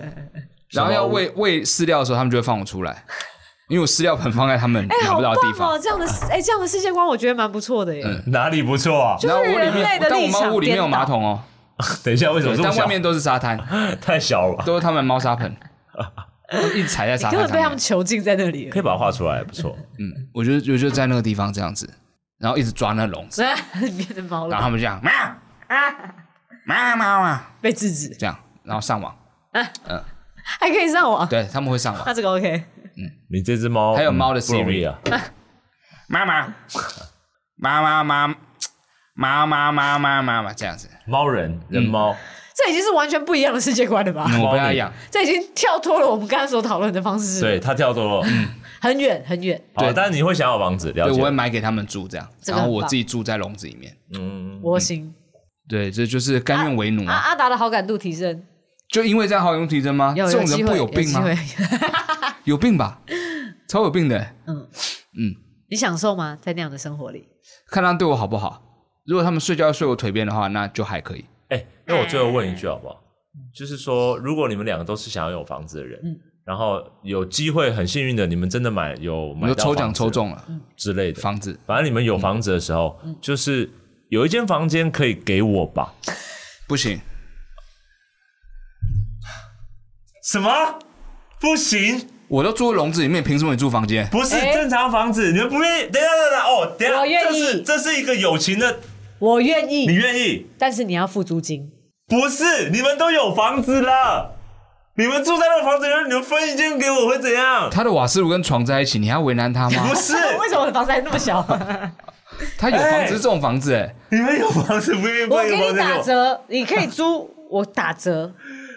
Speaker 1: 然后
Speaker 3: 小
Speaker 1: 要
Speaker 3: 猫屋
Speaker 1: 喂喂饲料的时候，他们就会放我出来，因为我饲料盆放在他们
Speaker 2: 哎，
Speaker 1: 拿
Speaker 2: 好
Speaker 1: 不到的地
Speaker 2: 棒
Speaker 1: 方。
Speaker 2: 哦！这样的哎，这样的世界观我觉得蛮不错的耶。
Speaker 3: 哪里不错啊？
Speaker 2: 是
Speaker 1: 然后我里
Speaker 2: 人类
Speaker 1: 面，
Speaker 2: 的
Speaker 1: 但我
Speaker 2: 立
Speaker 1: 猫
Speaker 2: 场
Speaker 1: 屋里面有
Speaker 2: 颠倒
Speaker 1: 马桶哦，
Speaker 3: 等一下，为什么
Speaker 1: 对
Speaker 3: 这么
Speaker 1: 但外
Speaker 3: 小？
Speaker 1: 面都是沙滩，
Speaker 3: 太小了吧？
Speaker 1: 都是他们猫砂 盆，一直踩在沙
Speaker 2: 根
Speaker 1: 滩
Speaker 2: 本被他
Speaker 1: 上
Speaker 2: 们
Speaker 1: 面。
Speaker 2: 囚禁在那里了
Speaker 3: 可以。把它画出来，不错。
Speaker 1: 嗯，我觉得我就在那个地方这样子，然后一直抓那笼 子，
Speaker 2: 所以它变成猫
Speaker 1: 然后
Speaker 2: 了，
Speaker 1: 他们这样，喵喵喵喵，
Speaker 2: 被制止，
Speaker 1: 这样，然后上网，
Speaker 2: 还可以上网。
Speaker 1: 对他们会上网
Speaker 2: 那。这个 OK，
Speaker 3: 你这只猫
Speaker 1: 还有猫的
Speaker 3: 嗯不容易啊，
Speaker 1: 妈妈，妈妈妈妈妈妈妈妈妈这样子，
Speaker 3: 猫人人猫，
Speaker 2: 这已经是完全不一样的世界观了吧？
Speaker 1: 嗯我
Speaker 3: 猫
Speaker 1: 不要
Speaker 3: 咪
Speaker 1: 养，
Speaker 2: 这已经跳脱了我们刚才所讨论的方式，
Speaker 3: 对，它跳多了。
Speaker 2: 很远很远。
Speaker 1: 嗯
Speaker 3: 好，
Speaker 1: 对
Speaker 3: 但是你会想要房子，了
Speaker 1: 对，我会
Speaker 3: 解。
Speaker 1: 买给他们住这样，
Speaker 2: 这个
Speaker 1: 然
Speaker 2: 很
Speaker 1: 后我自己住在笼子里面。
Speaker 3: 嗯，
Speaker 2: 窝心，
Speaker 1: 对，这就是甘愿为奴
Speaker 2: 阿
Speaker 1: 啊！
Speaker 2: 阿达的好感度提升，
Speaker 1: 就因为这样好用提升吗？
Speaker 2: 有
Speaker 1: 这种人
Speaker 2: 机
Speaker 1: 不
Speaker 2: 会
Speaker 1: 有病吗？
Speaker 2: 机会
Speaker 1: 有病吧，超有病的。欸
Speaker 2: 嗯
Speaker 1: 嗯，
Speaker 2: 你享受吗？在那样的生活里，
Speaker 1: 看他们对我好不好。如果他们睡觉睡我腿边的话，那就还可以。
Speaker 3: 哎，那我最后问一
Speaker 2: 哎
Speaker 3: 句好不好？就是说，如果你们两个都是想要有房子的人，
Speaker 2: 嗯
Speaker 3: 然后有机会很幸运的，你们真的买有
Speaker 1: 我
Speaker 3: 买
Speaker 1: 们
Speaker 3: 到
Speaker 1: 就抽奖
Speaker 3: 房子嗯
Speaker 1: 抽中了
Speaker 3: 之类的，
Speaker 1: 房子，
Speaker 3: 反正你们有房子的时候，
Speaker 2: 嗯
Speaker 3: 就是有一间房间可以给我吧？
Speaker 1: 不行，
Speaker 3: 什么？不行，
Speaker 1: 我都住笼子里面，凭什么你住房间？
Speaker 3: 不是
Speaker 2: 哎
Speaker 3: 正常房子，你们不愿意？等一下，等一下，哦，等一下，
Speaker 2: 我愿
Speaker 3: 这
Speaker 2: 意
Speaker 3: 是这是一个友情的，
Speaker 2: 我愿意
Speaker 3: 你，愿意？
Speaker 2: 但是你要付租金。
Speaker 3: 不是，你们都有房子了，你们住在那个房子里面，你们分一间给我会怎样？
Speaker 1: 他的瓦斯炉跟床在一起，你还要为难他吗
Speaker 3: 不？是，
Speaker 2: 为什么我的房子还那么 小？
Speaker 1: 他有房
Speaker 3: 哎
Speaker 1: 子是这种房子、哎，
Speaker 3: 你们有房子不愿意
Speaker 2: 我
Speaker 3: 分一
Speaker 2: 给你
Speaker 3: 个房子给
Speaker 2: 打
Speaker 3: 我？
Speaker 2: 折，你可以租，我打 折，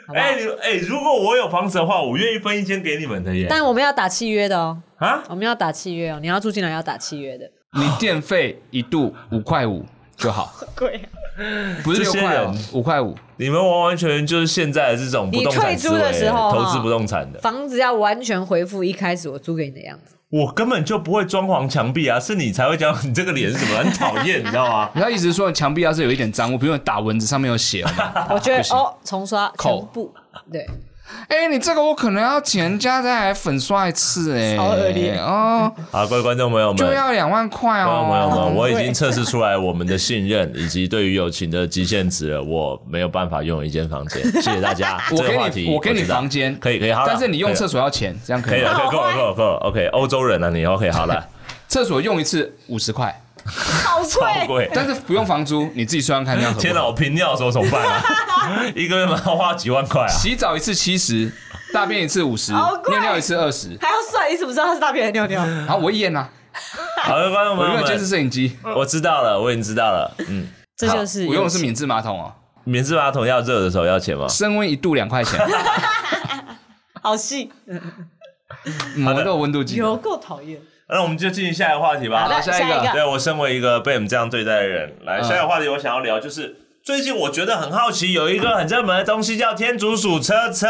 Speaker 2: 好不好
Speaker 3: 哎、？你哎、如果我有房子的话，我愿意分一间给你们的耶。
Speaker 2: 但我们要打契约的哦，
Speaker 3: 啊，
Speaker 2: 我们要打契约哦，你要住进来要打契约的。
Speaker 1: 你电费一度五块五就 好，
Speaker 2: 贵，
Speaker 3: 啊
Speaker 1: 不是
Speaker 3: 这
Speaker 1: 六
Speaker 3: 些
Speaker 1: 块哦
Speaker 3: 人，
Speaker 1: 五块五。
Speaker 3: 你们完完全全就是现在的这种不动产
Speaker 2: 你退
Speaker 3: 思
Speaker 2: 租的
Speaker 3: 维
Speaker 2: 时候
Speaker 3: 投
Speaker 2: 哈
Speaker 3: 资不动产的，
Speaker 2: 房子要完全回复一开始我租给你的样子。
Speaker 3: 我根本就不会装潢墙壁啊，是你才会讲你这个脸是什么，很讨厌，你知道吗？
Speaker 1: 你要一直说墙壁要是有一点脏，我比如打蚊子上面有血 嘛。
Speaker 2: 我觉得
Speaker 1: 不行
Speaker 2: 哦，重刷
Speaker 1: 扣
Speaker 2: 全部，对，
Speaker 1: 哎、你这个我可能要请人家再来粉刷一次、哎，
Speaker 2: 超恶劣
Speaker 1: 哦，
Speaker 3: 好，各位观众朋友们，
Speaker 1: 就要两万块
Speaker 3: 观众朋友
Speaker 1: 哦。
Speaker 3: 们，
Speaker 2: 对
Speaker 3: 我已经测试出来我们的信任以及对于友情的极限值了。我没有办法拥有一间房间，谢谢大家。
Speaker 1: 我
Speaker 3: 这个
Speaker 1: 给
Speaker 3: 话题
Speaker 1: 你，我给你
Speaker 3: 知道
Speaker 1: 房间
Speaker 3: 可以可以，好了
Speaker 1: 但是你用厕
Speaker 3: 所
Speaker 1: 所要钱，这样可
Speaker 3: 可以
Speaker 1: 以
Speaker 3: 了，
Speaker 1: 吗？
Speaker 3: 可以够了
Speaker 2: 好
Speaker 3: 够了够了。OK，欧洲人了啊你 OK 好哦了，
Speaker 1: 厕所用一次五十块，
Speaker 2: 好
Speaker 3: 好
Speaker 2: 贵，
Speaker 3: 贵。
Speaker 1: 但是不用房租，你自己算算看这 样合不合
Speaker 3: 天哪，我频尿的时候怎么办 啊？一个月要花几万块啊！
Speaker 1: 洗澡一次七十，大便一次五十
Speaker 2: 好，贵
Speaker 1: 尿尿一次二十，
Speaker 2: 还要算，你怎么知道它是大便还是尿尿？
Speaker 1: 然后我会验啊，
Speaker 3: 好的，观众
Speaker 1: 我
Speaker 3: 朋
Speaker 1: 用
Speaker 3: 友
Speaker 1: 的监视
Speaker 3: 们，
Speaker 1: 摄影机，
Speaker 3: 我知道了，我已经知道了。嗯，
Speaker 2: 这就是
Speaker 1: 我用的是免治马桶哦，
Speaker 3: 免治马桶要热的时候要钱吗？
Speaker 1: 升温一度两 块钱，
Speaker 2: 好细，
Speaker 1: 嗯我都有温度计的。
Speaker 2: 有够讨厌。
Speaker 3: 那我们就进行下一个话题吧。
Speaker 2: 好的，
Speaker 1: 下一
Speaker 2: 下
Speaker 1: 个
Speaker 2: 一个
Speaker 3: 对我身为一个被你们这样对待的人，来，
Speaker 1: 嗯
Speaker 3: 下一个话题我想要聊就是，最近我觉得很好奇，有一个很热门的东西叫天竺鼠车车，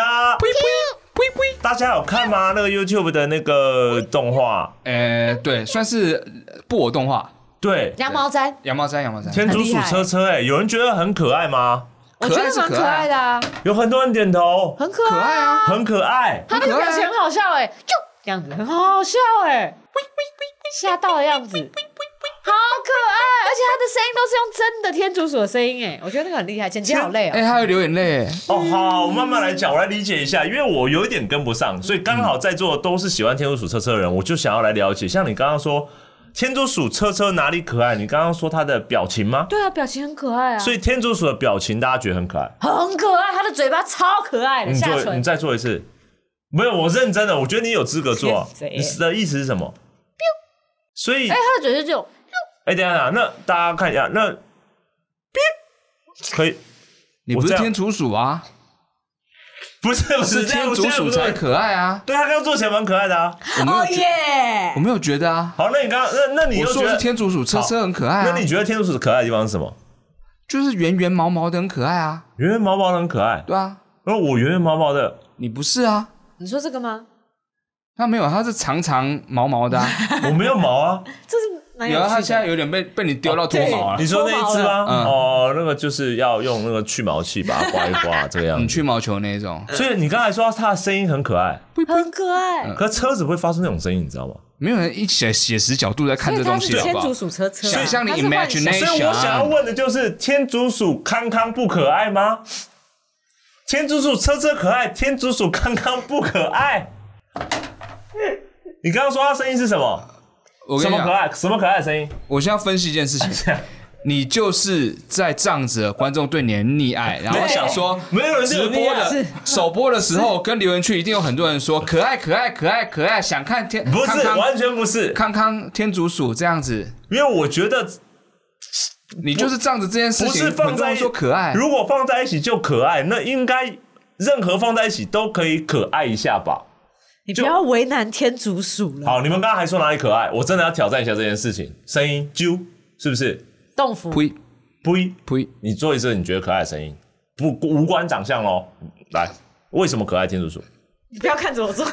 Speaker 3: 大家有看吗？那个 YouTube 的那个动画，
Speaker 1: 呃，对，算是呃布偶动画，
Speaker 3: 对，
Speaker 2: 羊毛毡，
Speaker 1: 羊毛毡，羊毛毡，
Speaker 3: 天竺鼠车车，哎，有人觉得很可爱吗？
Speaker 2: 我觉得
Speaker 1: 是
Speaker 2: 蛮可爱的，啊，
Speaker 3: 有很多人点头，
Speaker 2: 很可
Speaker 1: 可爱
Speaker 2: 爱。
Speaker 1: 啊，
Speaker 3: 很可爱。
Speaker 2: 他那个
Speaker 1: 很可爱啊
Speaker 2: 表情很好笑哎，就这样子，欸很好笑哎，吓到的样子，好可爱，而且他的声音都是用真的天竺鼠的声音，哎，我觉得那个很厉害，剪辑好累
Speaker 1: 哎、
Speaker 2: 哦。
Speaker 1: 他会流眼泪，哎
Speaker 3: 哦，好，我慢慢来讲，我来理解一下，因为我有一点跟不上，所以刚好在座都是喜欢天竺鼠车车的人，我就想要来了解。像你刚刚说天竺鼠车车哪里可爱？你刚刚说它的表情吗？
Speaker 2: 对啊，表情很可爱啊，
Speaker 3: 所以天竺鼠的表情大家觉得很可爱。
Speaker 2: 很可爱，它的嘴巴超可爱
Speaker 1: 嗯
Speaker 2: 的，
Speaker 3: 你
Speaker 2: 下
Speaker 3: 做，
Speaker 2: 唇
Speaker 3: 你再做一次。没有，我认真的，我觉得你有资格做啊。
Speaker 2: 骗
Speaker 3: 你
Speaker 2: 谁
Speaker 3: 的意思是什么？所以，哎、哎
Speaker 2: 它的嘴是这种，
Speaker 3: 等一下，等一下那大家看一下，那可以，
Speaker 1: 你不
Speaker 3: 我这
Speaker 1: 是
Speaker 3: 样
Speaker 1: 天竺鼠啊，
Speaker 3: 不是不是
Speaker 1: 是
Speaker 3: 这样
Speaker 1: 天竺鼠才。可爱啊，
Speaker 3: 对他刚刚做起来蛮可爱的啊。
Speaker 1: 我没有
Speaker 2: 哦
Speaker 1: 觉，
Speaker 2: 耶
Speaker 1: 我，没有觉得啊，
Speaker 3: 好，那你刚刚那那你
Speaker 1: 我
Speaker 3: 又觉
Speaker 1: 说
Speaker 3: 得
Speaker 1: 是天竺鼠车车很可爱
Speaker 3: 那
Speaker 1: 啊
Speaker 3: 你，觉得天竺鼠可爱的地方是什么？
Speaker 1: 就是圆圆毛毛的很可爱啊，
Speaker 3: 圆圆毛毛的很可爱，
Speaker 1: 对啊，
Speaker 3: 然后我圆圆毛毛的，
Speaker 1: 你不是啊，
Speaker 2: 你说这个吗？
Speaker 1: 他没有，他是长长毛毛 的、啊，
Speaker 3: 我没有毛 啊。
Speaker 2: 这是蛮有
Speaker 1: 然后他
Speaker 2: 趣
Speaker 1: 现在
Speaker 2: 的。
Speaker 1: 有点被被你
Speaker 3: 哦
Speaker 1: 丢到脱毛啊
Speaker 3: 你，说那一只
Speaker 1: 毛了
Speaker 2: 脱
Speaker 3: 吗？
Speaker 1: 嗯
Speaker 3: 哦，那个就是要用那个去毛器把它刮一 刮，这个样
Speaker 1: 你
Speaker 3: 子。
Speaker 1: 去毛球那一种，
Speaker 3: 所以你刚才说它的声音很可爱，
Speaker 2: 很可爱，
Speaker 1: 嗯
Speaker 3: 可车子会发出那种声音，你知道吗？
Speaker 1: 没有人一写写实角度在看这
Speaker 2: 所以它
Speaker 1: 东
Speaker 2: 是
Speaker 1: 西，好
Speaker 2: 天
Speaker 1: 不好
Speaker 2: 竺？鼠车车啊，
Speaker 1: 想象你
Speaker 2: 它是幻想
Speaker 1: imagination
Speaker 3: 所以我想要问的就是，天竺鼠康康不可爱吗？天竺鼠车车可爱，天竺鼠康康不可爱。你刚刚说它声音是什么？
Speaker 1: 我
Speaker 3: 什
Speaker 1: 跟你
Speaker 3: 么可
Speaker 1: 讲，
Speaker 3: 爱？什么可爱的声音？
Speaker 1: 我现在分析一件事 情，你就是在仗着观众对你的溺爱，然后想说。
Speaker 3: 没有人啊对
Speaker 1: 直
Speaker 3: 我那
Speaker 1: 播
Speaker 3: 样
Speaker 1: 的首播的时候，跟留言区一定有很多人说可爱可爱可爱可爱，想看天
Speaker 3: 不
Speaker 1: 康
Speaker 3: 是，
Speaker 1: 康
Speaker 3: 完全不是，
Speaker 1: 康康天竺鼠这样子，
Speaker 3: 因为我觉得
Speaker 1: 你就是仗着这件事
Speaker 3: 不
Speaker 1: 情，
Speaker 3: 是放
Speaker 1: 很多
Speaker 3: 在
Speaker 1: 人说可爱，
Speaker 3: 如果放在一起就可爱，那应该任何放在一起都可以可爱一下吧。
Speaker 2: 你
Speaker 3: 就
Speaker 2: 不要为难天竺鼠了，
Speaker 3: 好，你们刚刚还说哪里可爱，我真的要挑战一下这件事情。声音啾是不是？
Speaker 2: 豆腐
Speaker 1: 呸
Speaker 3: 呸！
Speaker 1: 呸，
Speaker 3: 你做一次你觉得可爱的声音，不无关长相喽。来，为什么可爱天竺鼠？
Speaker 2: 你不要看着我做，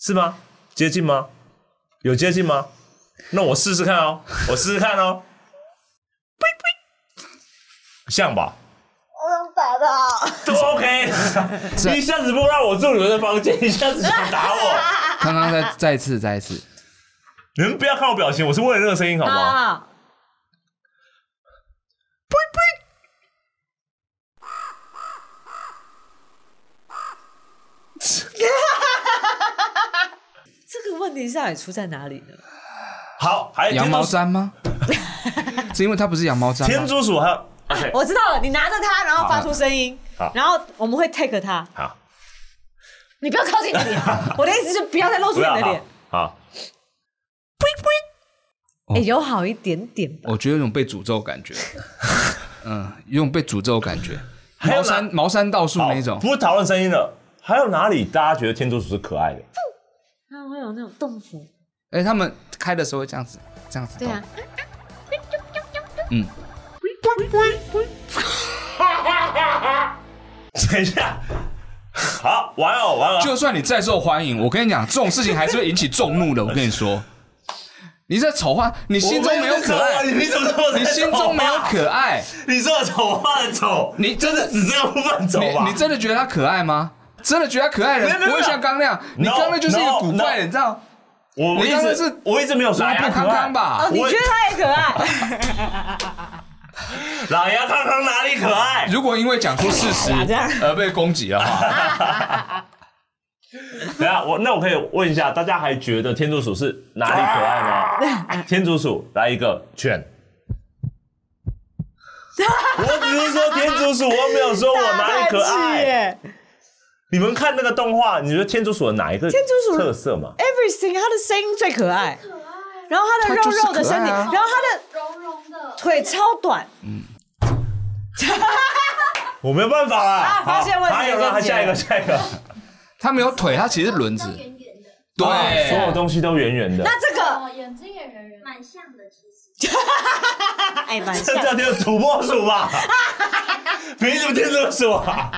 Speaker 3: 是吗？接近吗？有接近吗？那我试试看哦，我试试看哦。呸呸，像吧？我想打到。都 OK，你一下子不让我住你们的房间，一下子想打 我。
Speaker 1: 康康再再次再次，
Speaker 3: 你们不要看我表情，我是为了那个声音，好不好？
Speaker 2: 啊，这个问题到底出在哪里呢？
Speaker 3: 好，还有
Speaker 1: 羊
Speaker 3: 天
Speaker 1: 毛
Speaker 3: 竺鼠，
Speaker 1: 毡啊吗？是因为它不是羊毛毡
Speaker 3: 天
Speaker 1: 吗？
Speaker 3: 竺鼠还有 OK，
Speaker 2: 我知道了，你拿着它，然后发出声音
Speaker 3: 好，
Speaker 2: 然后我们会 take 它。
Speaker 3: 好，
Speaker 2: 你不要靠近你的脸， 我的意思是不要再露出
Speaker 3: 不
Speaker 2: 你
Speaker 3: 要
Speaker 2: 的
Speaker 3: 好
Speaker 2: 脸。，
Speaker 3: 好，哦
Speaker 2: 哎、有好一点点吧。
Speaker 1: 我觉得有种被诅咒感觉，嗯，有种被诅咒感觉，
Speaker 3: 还有
Speaker 1: 茅
Speaker 3: 哪
Speaker 1: 山茅山道术
Speaker 3: 好
Speaker 1: 那种，
Speaker 3: 不讨论声音了。还有哪里大家觉得天竺鼠是可爱的？
Speaker 2: 它会有那种动幅，
Speaker 1: 哎，他们开的时候会这样子，这样子，
Speaker 2: 对啊，，
Speaker 1: 嗯，
Speaker 3: 等一下，好，玩哦，玩哦。
Speaker 1: 就算你再受欢迎，我跟你讲，这种事情还是会引起众怒的。我跟你说，你在丑化，你心中没有可
Speaker 3: 我
Speaker 1: 爱，
Speaker 3: 没有在说啊你凭什么说我在
Speaker 1: 你心中没有可爱，
Speaker 3: 丑啊？你说我丑话的丑，
Speaker 1: 你真的，
Speaker 3: 只这个部分丑吧？
Speaker 1: 你你真的觉得他可爱吗？真的觉得他可爱的
Speaker 3: 没有
Speaker 1: 人
Speaker 3: 没有
Speaker 1: 不会像刚那样，你
Speaker 3: No，
Speaker 1: 刚那就是一个
Speaker 3: no，
Speaker 1: 古怪
Speaker 3: no 啊
Speaker 1: 的，你知道？
Speaker 3: 我我
Speaker 1: 你
Speaker 3: 一
Speaker 1: 刚刚
Speaker 3: 直
Speaker 1: 是
Speaker 3: 我一直没有说哎
Speaker 1: 拉
Speaker 3: 牙
Speaker 1: 布康
Speaker 3: 可爱
Speaker 1: 康？吧
Speaker 2: 哦，，你
Speaker 3: 我
Speaker 2: 觉得它也可爱？
Speaker 3: 老牙康康哪里可爱？
Speaker 1: 如果因为讲出事实
Speaker 3: 啊
Speaker 2: 这样
Speaker 1: 而被攻击的话，
Speaker 3: 等一下我那我可以问一下，大家还觉得天竺鼠是哪里可爱吗？ 天竺鼠来一个犬。我只是说天竺鼠，我又没有说 我哪里可
Speaker 2: 大
Speaker 3: 爱。
Speaker 2: 耶
Speaker 3: 你们看那个动画，你觉得天竺鼠的哪一个
Speaker 2: 天竺鼠
Speaker 3: 特色嘛？
Speaker 2: ？Everything，它的声音最可爱，然后它的
Speaker 1: 它
Speaker 2: 肉
Speaker 1: 就是
Speaker 2: 肉的
Speaker 1: 可
Speaker 2: 身体，
Speaker 1: 爱啊
Speaker 2: 然后它的
Speaker 4: 绒绒的，
Speaker 2: 腿超短，
Speaker 3: 我没有办法啦。
Speaker 2: 啊发现问题
Speaker 3: 好还有
Speaker 2: 了
Speaker 3: 呢，
Speaker 2: 解
Speaker 3: 下一个，下一个。
Speaker 1: 他没有腿，他其实是轮
Speaker 4: 都
Speaker 1: 子。
Speaker 4: 圆圆的，
Speaker 3: 哇所有
Speaker 1: 对，
Speaker 3: 东西都圆圆的。
Speaker 2: 那这个
Speaker 4: 哦，眼睛也圆圆，蛮像的，其实。
Speaker 2: 哎蛮
Speaker 3: 这
Speaker 2: 像。
Speaker 3: 叫天土拨鼠吧？凭什么天竺鼠啊？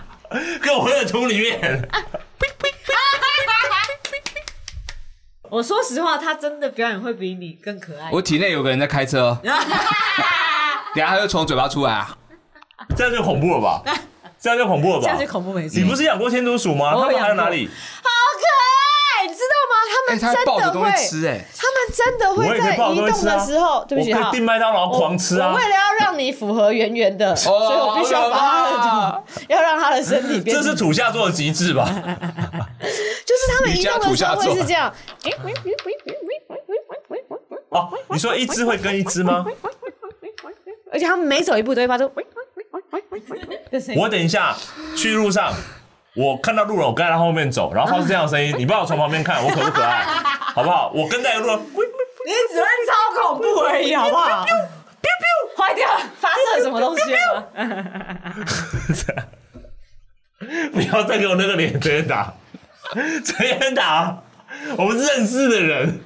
Speaker 3: 跟我的图里面，
Speaker 2: 我说实话，他真的表演会比你更可爱。
Speaker 1: 我体内有个人在开车，等下他就从我嘴巴出来啊。
Speaker 3: 这样就恐怖了吧？这样就恐怖了
Speaker 2: 这
Speaker 3: 吧
Speaker 2: 样就？恐怖没错，
Speaker 3: 你不是养过天竺鼠吗？
Speaker 2: 我有
Speaker 3: 他们还有
Speaker 2: 养过
Speaker 3: 哪里？
Speaker 2: 好可爱，你知道吗？
Speaker 1: 哎、
Speaker 2: 他
Speaker 1: 他
Speaker 2: 们
Speaker 1: 还抱
Speaker 2: 真
Speaker 1: 着
Speaker 2: 的
Speaker 1: 东
Speaker 2: 会，
Speaker 1: 西吃、哎，
Speaker 2: 他们真的
Speaker 3: 我
Speaker 2: 会
Speaker 3: 也可
Speaker 2: 在
Speaker 3: 以抱
Speaker 2: 移
Speaker 3: 着东西
Speaker 2: 动
Speaker 3: 吃啊
Speaker 2: 的时候，对不起
Speaker 3: 我可
Speaker 2: 哈
Speaker 3: 以，订麦当劳狂吃啊
Speaker 2: 我为！了要让你符合圆 圆的，所
Speaker 1: 哦
Speaker 2: 以我必须要把他的头， 要让他的身体变
Speaker 3: 这
Speaker 2: 成。
Speaker 3: 是土下座的极致吧？
Speaker 2: 就是他们移动的时候
Speaker 1: 瑜伽土下座
Speaker 2: 会是这样，
Speaker 3: 哦，你说一只会跟一只吗？
Speaker 2: 而且他们每走一步都会发 出。的声音
Speaker 3: 我等一下去路上，我看到路人，我跟在他后面走，然后发出这样的声音，你帮我从旁边看，我可不可爱，好不好？我跟在路人，
Speaker 2: 你只会超恐怖而已，好不好？坏掉了，发射什么东西 了？
Speaker 3: 不要再给我那个脸陈彦 达，陈彦达，我们是认识的人，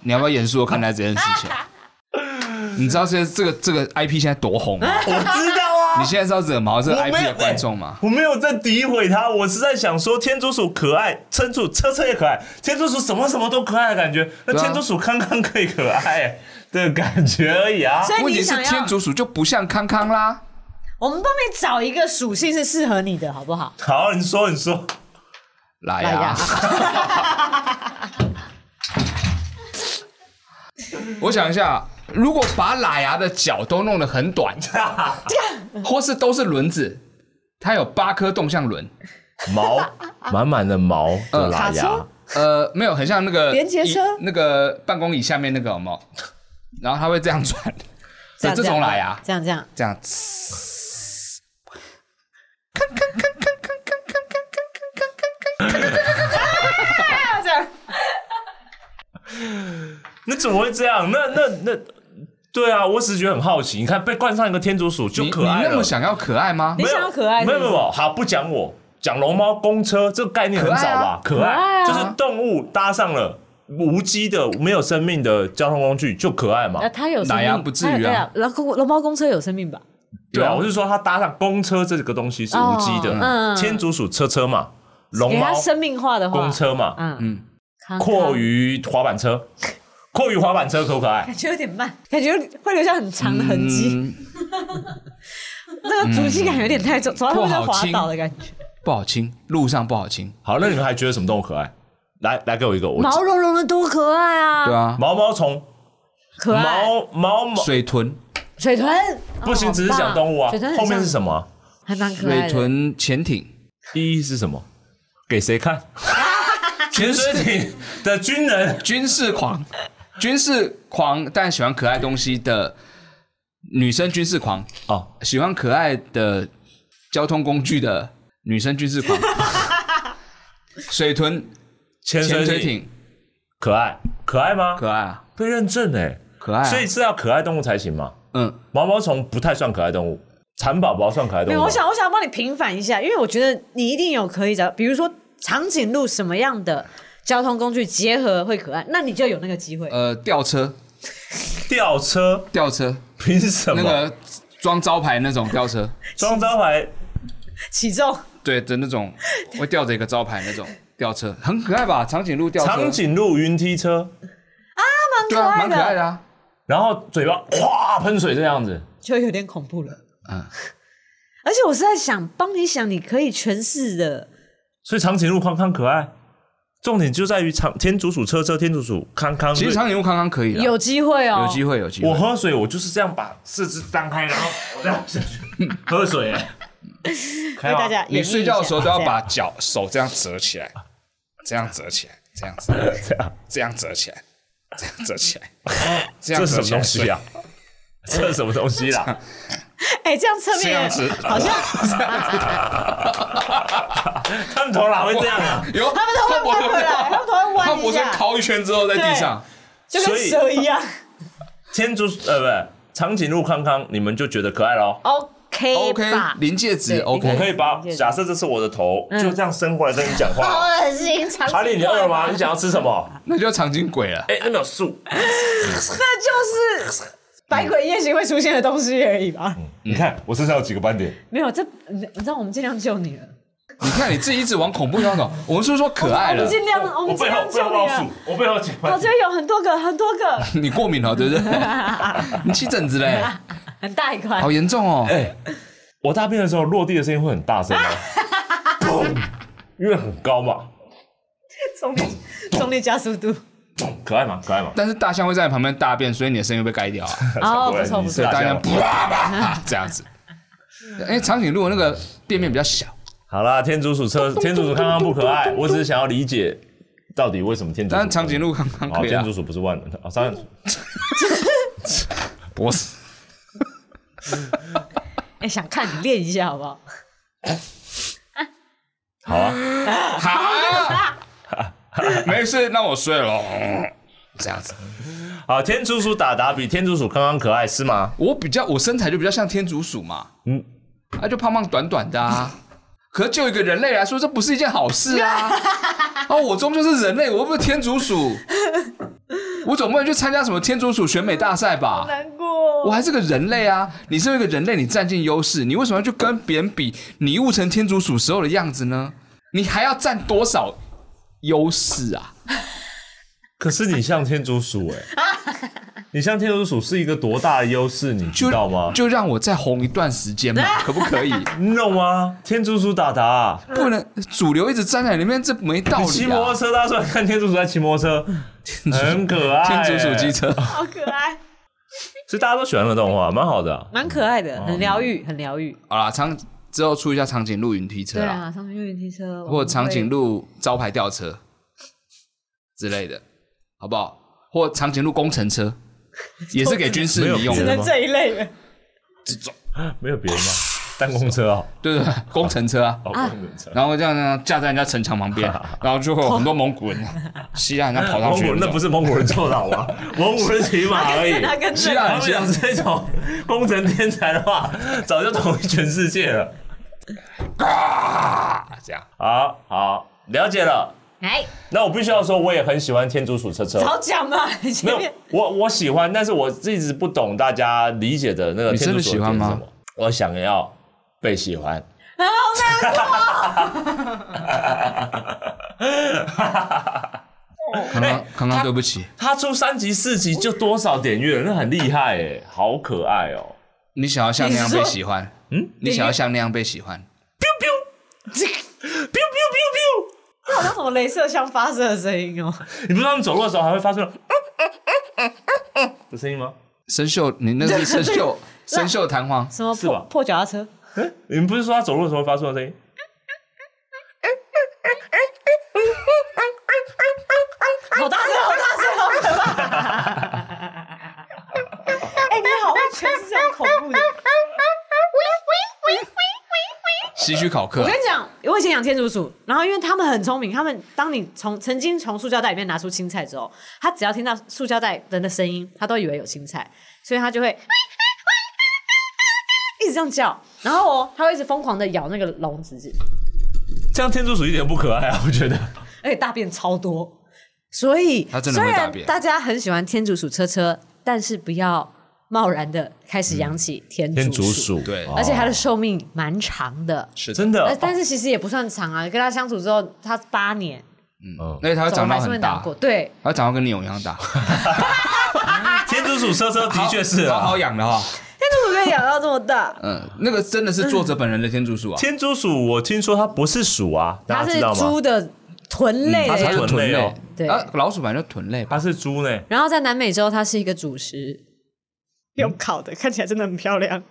Speaker 1: 你要不要严肃的看待这件事情？ 你知道现在这个这个 IP 现在多红吗？
Speaker 3: 我知道 啊。
Speaker 1: 你现在是要惹毛这个
Speaker 3: 我没
Speaker 1: IP
Speaker 3: 有哎
Speaker 1: 的观众吗？
Speaker 3: 我没有在诋毁他，我是在想说天竺鼠可爱，车主车车也可爱，天竺鼠什么什么都可爱的感觉，那
Speaker 1: 对啊
Speaker 3: 天竺鼠康康可以可爱的感觉而已啊。
Speaker 2: 所
Speaker 1: 问
Speaker 2: 以你
Speaker 1: 题是
Speaker 2: 想
Speaker 1: 天
Speaker 2: 要，
Speaker 1: 竺鼠就不像康康啦，
Speaker 2: 我们帮你找一个属性是适合你的，好不好？
Speaker 3: 好，你说你说，
Speaker 1: 来
Speaker 2: 来
Speaker 1: 呀
Speaker 2: 呀！
Speaker 1: 我想一下，如果把喇牙的脚都弄得很短，或是都是轮子，它有八颗动向轮，
Speaker 3: 毛满满的毛
Speaker 1: 嗯
Speaker 3: 的拉
Speaker 2: 卡车
Speaker 3: 牙，
Speaker 1: 呃，没有，很像那个
Speaker 2: 连接车
Speaker 1: 椅那个办公椅下面那个有没有？然后它会这样转
Speaker 2: 这
Speaker 1: 的
Speaker 2: 样
Speaker 1: 这种啊喇牙，
Speaker 2: 这样这样，
Speaker 1: 这样。
Speaker 2: 这样
Speaker 3: 那怎么会这样？那那那，对啊，我只是觉得很好奇。你看被冠上一个天竺鼠就
Speaker 1: 你
Speaker 3: 可
Speaker 1: 你
Speaker 3: 爱
Speaker 1: 那
Speaker 3: 了
Speaker 1: 么，想要可爱吗
Speaker 2: 你？想要可爱是不
Speaker 3: 没
Speaker 2: 是
Speaker 3: 有没有没有，好不讲我，讲龙猫公车这个概念很
Speaker 1: 可
Speaker 3: 早
Speaker 1: 爱啊
Speaker 3: 吧？可爱,、
Speaker 2: 可爱啊
Speaker 3: 就是动物搭上了无机的、没有生命的交通工具就可爱嘛
Speaker 2: 那。它有生
Speaker 1: 哪呀
Speaker 2: 命，
Speaker 1: 不至于啊
Speaker 2: 它有。然后龙猫哎公车有生命吧？
Speaker 3: 对啊，
Speaker 1: 对啊
Speaker 3: 我是说它搭上公车这个东西是无机的，
Speaker 2: 哦嗯
Speaker 3: 天竺鼠车车嘛，龙
Speaker 2: 给它
Speaker 3: 猫
Speaker 2: 生命化的话，
Speaker 3: 公车嘛，
Speaker 2: 嗯，
Speaker 1: 嗯，
Speaker 2: 康康
Speaker 3: 阔鱼滑板车，阔鱼滑板车可不可爱？
Speaker 2: 感觉有点慢，感觉会留下很长的痕迹，
Speaker 1: 嗯
Speaker 2: 那个足迹感有点太
Speaker 3: 嗯
Speaker 2: 重，走到后面就滑倒的感觉。
Speaker 1: 不好亲，路上不好亲，
Speaker 3: 好，那你们还觉得什么动物可爱？来来，给我一个，我
Speaker 2: 毛茸茸的多可爱啊！
Speaker 1: 对，啊，
Speaker 3: 毛毛虫，
Speaker 2: 可爱。
Speaker 3: 毛毛毛，
Speaker 1: 水豚，
Speaker 2: 水豚
Speaker 3: 不行，
Speaker 2: 哦
Speaker 3: 只是讲动物啊
Speaker 2: 水豚，很
Speaker 3: 后面
Speaker 2: 像
Speaker 3: 是什么啊？
Speaker 2: 还蛮可爱
Speaker 1: 水
Speaker 2: 的。
Speaker 1: 豚潜艇，
Speaker 3: 第一是什么？给谁看？潜水艇的军人
Speaker 1: 军事狂，军事狂，但喜欢可爱东西的女生军事狂，
Speaker 3: 哦，
Speaker 1: 喜欢可爱的交通工具的女生军事 狂，水豚
Speaker 3: 潜
Speaker 1: 潜水
Speaker 3: 水
Speaker 1: 艇
Speaker 3: 可爱，可爱吗？
Speaker 1: 可爱啊，
Speaker 3: 被认证哎、
Speaker 1: 可爱啊，
Speaker 3: 所以是要可爱动物才行嘛。
Speaker 1: 嗯，
Speaker 3: 毛毛虫不太算可爱动物，蚕宝宝算可爱
Speaker 2: 没
Speaker 3: 动物
Speaker 2: 有，
Speaker 3: 吗。
Speaker 2: 我想我想帮你平反一下，因为我觉得你一定有可以找，比如说长颈鹿什么样的交通工具结合会可爱，那你就有那个机会。
Speaker 1: 呃，吊车，
Speaker 3: 吊车
Speaker 1: 吊车，
Speaker 3: 凭什
Speaker 1: 那
Speaker 3: 么？
Speaker 1: 个装招牌那种吊车，
Speaker 3: 装招牌
Speaker 2: 起重，
Speaker 1: 对的那 种，会吊着一个招牌那种吊车，很可爱吧？长颈鹿吊车，
Speaker 3: 长颈鹿云梯车，
Speaker 1: 对啊，蛮可爱
Speaker 2: 的，
Speaker 1: 的啊。
Speaker 3: 然后嘴巴哗喷水这样子，
Speaker 2: 就有点恐怖了。
Speaker 1: 嗯
Speaker 2: 而且我是在想，帮你想，你可以诠释的，
Speaker 3: 所以长颈鹿康康可爱。重点就在于长天竺鼠车车天竺鼠康康。
Speaker 1: 其实长颈鹿康康可以啦，
Speaker 2: 有机会哦，
Speaker 1: 啊有机会有机
Speaker 3: 我
Speaker 1: 会。
Speaker 3: 喝水，我就是这样把四肢张开，然后我这样下 去喝 水、欸。
Speaker 2: 为大家
Speaker 1: 啊你
Speaker 2: 演绎一下
Speaker 1: 睡觉的时候都要
Speaker 2: 这样
Speaker 1: 把脚手这样折起来，这样折起来，这样子，
Speaker 3: 这样，
Speaker 1: 这样折起来，这样折 起来，这样
Speaker 3: 这是什
Speaker 1: 折
Speaker 3: 么
Speaker 1: 起来
Speaker 3: 东西啊？这是什么东西啦？
Speaker 2: 哎、这样侧
Speaker 1: 这样
Speaker 2: 面
Speaker 1: 子
Speaker 2: 好像
Speaker 3: 他们头哪会这样啊？
Speaker 1: 有
Speaker 2: 他们头会弯回来，他们头会
Speaker 1: 他
Speaker 2: 弯一
Speaker 1: 脖子
Speaker 2: 下，
Speaker 1: 敲一圈之后在地上，
Speaker 2: 就
Speaker 3: 所
Speaker 2: 跟
Speaker 3: 以
Speaker 2: 蛇一样。
Speaker 3: 天竺呃不是长颈鹿康康，你们就觉得可爱咯。
Speaker 2: OK
Speaker 1: OK，
Speaker 2: 吧？
Speaker 1: 临界值
Speaker 2: 对
Speaker 1: OK，
Speaker 3: 我可以把
Speaker 2: 理解
Speaker 3: 假设这是我的头，就这样伸过来跟你讲 话。
Speaker 2: 恶心，长
Speaker 3: 查理，你饿了吗？你想要吃什么？
Speaker 1: 那就长颈鬼了。
Speaker 3: 啊 哎，那边有树，
Speaker 2: 那就是百鬼夜行会出现的东西而已吧？
Speaker 1: 嗯
Speaker 3: 你看我身上有几个斑点？
Speaker 2: 没有，这你你知道我们尽量救你了，
Speaker 1: 你看你自己一直往恐怖方走，我们是不是说可爱
Speaker 2: 我
Speaker 1: 了
Speaker 2: 们，尽量，我
Speaker 3: 我
Speaker 2: 们尽
Speaker 3: 背后
Speaker 2: 量
Speaker 3: 背
Speaker 2: 救
Speaker 3: 后有
Speaker 2: 你
Speaker 3: 树
Speaker 2: 了。，
Speaker 3: 我背后有几个
Speaker 2: 我
Speaker 3: 斑
Speaker 2: 这
Speaker 3: 点。
Speaker 2: 边有很多个，很多个，
Speaker 1: 你过敏了对不对？你起疹子嘞，
Speaker 2: 很大一块
Speaker 1: 好。严重哦。
Speaker 3: 哎，我大便的时啊 候落地的声音会很大声吗？砰因为很高嘛。
Speaker 2: 送力送力加速度，
Speaker 3: 可爱吗？可爱吗？
Speaker 1: 但是大象会在你旁边大便，所以你的声音会被盖掉啊。
Speaker 2: 哦，
Speaker 3: 不会
Speaker 2: 不错
Speaker 3: 你
Speaker 2: 不
Speaker 3: 是
Speaker 2: 错
Speaker 1: 对，，大
Speaker 3: 象
Speaker 1: 象
Speaker 3: 吗
Speaker 1: 啪啪这样子。因为长颈鹿那个便便比较小，
Speaker 3: 好啦，天竺鼠车，天竺鼠康康不可爱，我只是想要理解到底为什么天竺鼠。
Speaker 1: 但是长颈鹿刚刚
Speaker 3: 哦，
Speaker 1: 可以
Speaker 3: 天
Speaker 1: 啊
Speaker 3: 竺，鼠不是万能的哦，三
Speaker 1: 脖子。
Speaker 2: 哎，想看你练一下好不好？
Speaker 3: 好啊，
Speaker 1: 好，没事，那我睡了。嗯这样子，
Speaker 3: 好，啊天竺鼠打打比天竺鼠康康可爱是吗？
Speaker 1: 我比较我身材就比较像天竺鼠嘛，
Speaker 3: 嗯
Speaker 1: 嗯，啊就胖胖短短的啊。 可就一个人类来啊说，这不是一件好事啊！哦，我终究是人类，我又不是天竺鼠，我总不能去参加什么天竺鼠选美大赛吧？
Speaker 2: 难过
Speaker 1: 我还是个人类啊！你身为一个人类，你占尽优势，你为什么要去跟别人比你悟成天竺鼠时候的样子呢？你还要占多少优势啊？
Speaker 3: 可是你像天竺鼠哎、 你像天竺鼠是一个多大的优势，你知道吗？
Speaker 1: 就让我再红一段时间 嘛，可不可以？
Speaker 3: 你懂吗？天竺鼠打打、啊
Speaker 1: 不能主流一直站在里面，这没道理、啊。
Speaker 3: 骑摩托车，大家说看天竺鼠在骑摩托车，很可爱、
Speaker 1: 天竺鼠机
Speaker 3: 车，
Speaker 1: 车，
Speaker 2: 好可爱，
Speaker 3: 所以大家都喜欢的动画，蛮好的啊、
Speaker 2: 蛮可爱的，很疗愈，很疗愈。
Speaker 1: 好啦，长之后出一下长颈鹿云梯车
Speaker 2: 对
Speaker 1: 啦，
Speaker 2: 啊，长颈鹿云梯车
Speaker 1: 或者长颈，鹿招牌吊车之类的，好不好？或长颈鹿工程车，也是给军事迷用
Speaker 2: 我们会只
Speaker 1: 的吗？
Speaker 2: 能这一类了。
Speaker 3: 没有别的没有别的吗？弹弓车啊，
Speaker 1: 对对，对工程车啊。
Speaker 3: 哦，工人车。
Speaker 1: 然后这样这样架在人家城墙旁边，然后就会有很多蒙古人、希腊人家跑上
Speaker 3: 蒙
Speaker 1: 去
Speaker 3: 古
Speaker 1: 种。
Speaker 3: 人那不是蒙古人做的 好吗？蒙古人骑马而已。
Speaker 2: 他跟
Speaker 1: 希
Speaker 2: 这
Speaker 1: 腊
Speaker 3: 他
Speaker 1: 人
Speaker 3: 们
Speaker 1: 这样
Speaker 3: 讲
Speaker 1: 子
Speaker 3: 这种工程天才的话，早就统一全世界了。
Speaker 1: 啊，这样
Speaker 3: 好好，了解了。
Speaker 2: 哎，
Speaker 3: 那我必须要说，我也很喜欢天竺鼠车车。
Speaker 2: 早讲嘛，你
Speaker 3: 没
Speaker 2: 前
Speaker 3: 有
Speaker 2: 面，
Speaker 3: 我我喜欢，但是我一直不懂大家理解的那个
Speaker 1: 你
Speaker 3: 天
Speaker 1: 真
Speaker 3: 竺
Speaker 1: 的
Speaker 3: 鼠
Speaker 1: 喜欢
Speaker 3: 点是
Speaker 1: 吗
Speaker 3: 什么。我想要被喜欢。
Speaker 2: 啊
Speaker 1: 刚刚刚刚
Speaker 3: 他
Speaker 1: 对不起，
Speaker 3: 他出三集四集就多少点阅了，那很厉害哎、好可爱哦、
Speaker 1: 你想要像那样被喜欢，
Speaker 3: 嗯
Speaker 1: 嗯，你想要像那样被喜欢，
Speaker 3: biu biu biu biu。
Speaker 2: 这好像什么镭射枪发射的声音 哦。
Speaker 3: 你不知道他们走路的时候还会发出那种嗯嗯嗯嗯嗯的声音吗？
Speaker 1: 生锈，你那是生锈，生锈弹簧，
Speaker 2: 什么
Speaker 3: 是
Speaker 2: 破
Speaker 3: 吧
Speaker 2: 破脚踏车？
Speaker 3: 你们不是说他走路的时候会发出的声音？啊
Speaker 2: 好大声，好大声，好可怕！ 哎、你好会诠释这种恐怖的。
Speaker 1: 希区考克
Speaker 2: 我跟，你讲，我以前养天竺鼠，然后因为它们很聪明，它们当你从曾经从塑胶袋里面拿出青菜之后，它只要听到塑胶袋人的声音，它都以为有青菜，所以它就会一直这样叫，然后哦，它会一直疯狂的咬那个笼子，
Speaker 3: 这样天竺鼠一点都不可爱啊，我觉得。
Speaker 2: 而且大便超多，所以
Speaker 1: 它真的
Speaker 2: 虽
Speaker 1: 会大
Speaker 2: 然
Speaker 1: 便
Speaker 2: 大家很喜欢天竺鼠车车，但是不要贸然的开始养起天
Speaker 3: 嗯天
Speaker 2: 竺
Speaker 3: 竺鼠，
Speaker 1: 对
Speaker 3: 哦
Speaker 2: 而且它的寿命蛮长的，
Speaker 1: 是
Speaker 3: 真的哦
Speaker 2: 呃，，但是其实也不算长啊，跟它相处之后，它八年，
Speaker 3: 嗯
Speaker 1: 而且它会
Speaker 2: 怎
Speaker 1: 长
Speaker 2: 么
Speaker 1: 到
Speaker 2: 还是会
Speaker 1: 很
Speaker 2: 难
Speaker 1: 大，
Speaker 2: 过？对，
Speaker 1: 它会长到跟牛一样大，
Speaker 3: 天竺鼠车车 的确是
Speaker 1: 好
Speaker 3: 啊
Speaker 1: 好。养的哈。，
Speaker 2: 天竺鼠可以养到这么大
Speaker 1: 嗯，那个真的是作者本人的天竺鼠啊，
Speaker 3: 天竺鼠，我听说它不是鼠啊，大
Speaker 2: 它
Speaker 3: 家
Speaker 2: 是
Speaker 3: 知道吗
Speaker 2: 猪？的豚类
Speaker 3: 它
Speaker 2: 的
Speaker 3: 是
Speaker 1: 它嗯
Speaker 2: 样子
Speaker 1: 是
Speaker 3: 豚
Speaker 1: 豚
Speaker 3: 类哦
Speaker 1: 类，
Speaker 2: 对
Speaker 1: 啊，老鼠本来就豚类吧，
Speaker 3: 它是猪呢，
Speaker 2: 然后在南美洲，它是一个主食， 用烤的，看起来真的很漂亮。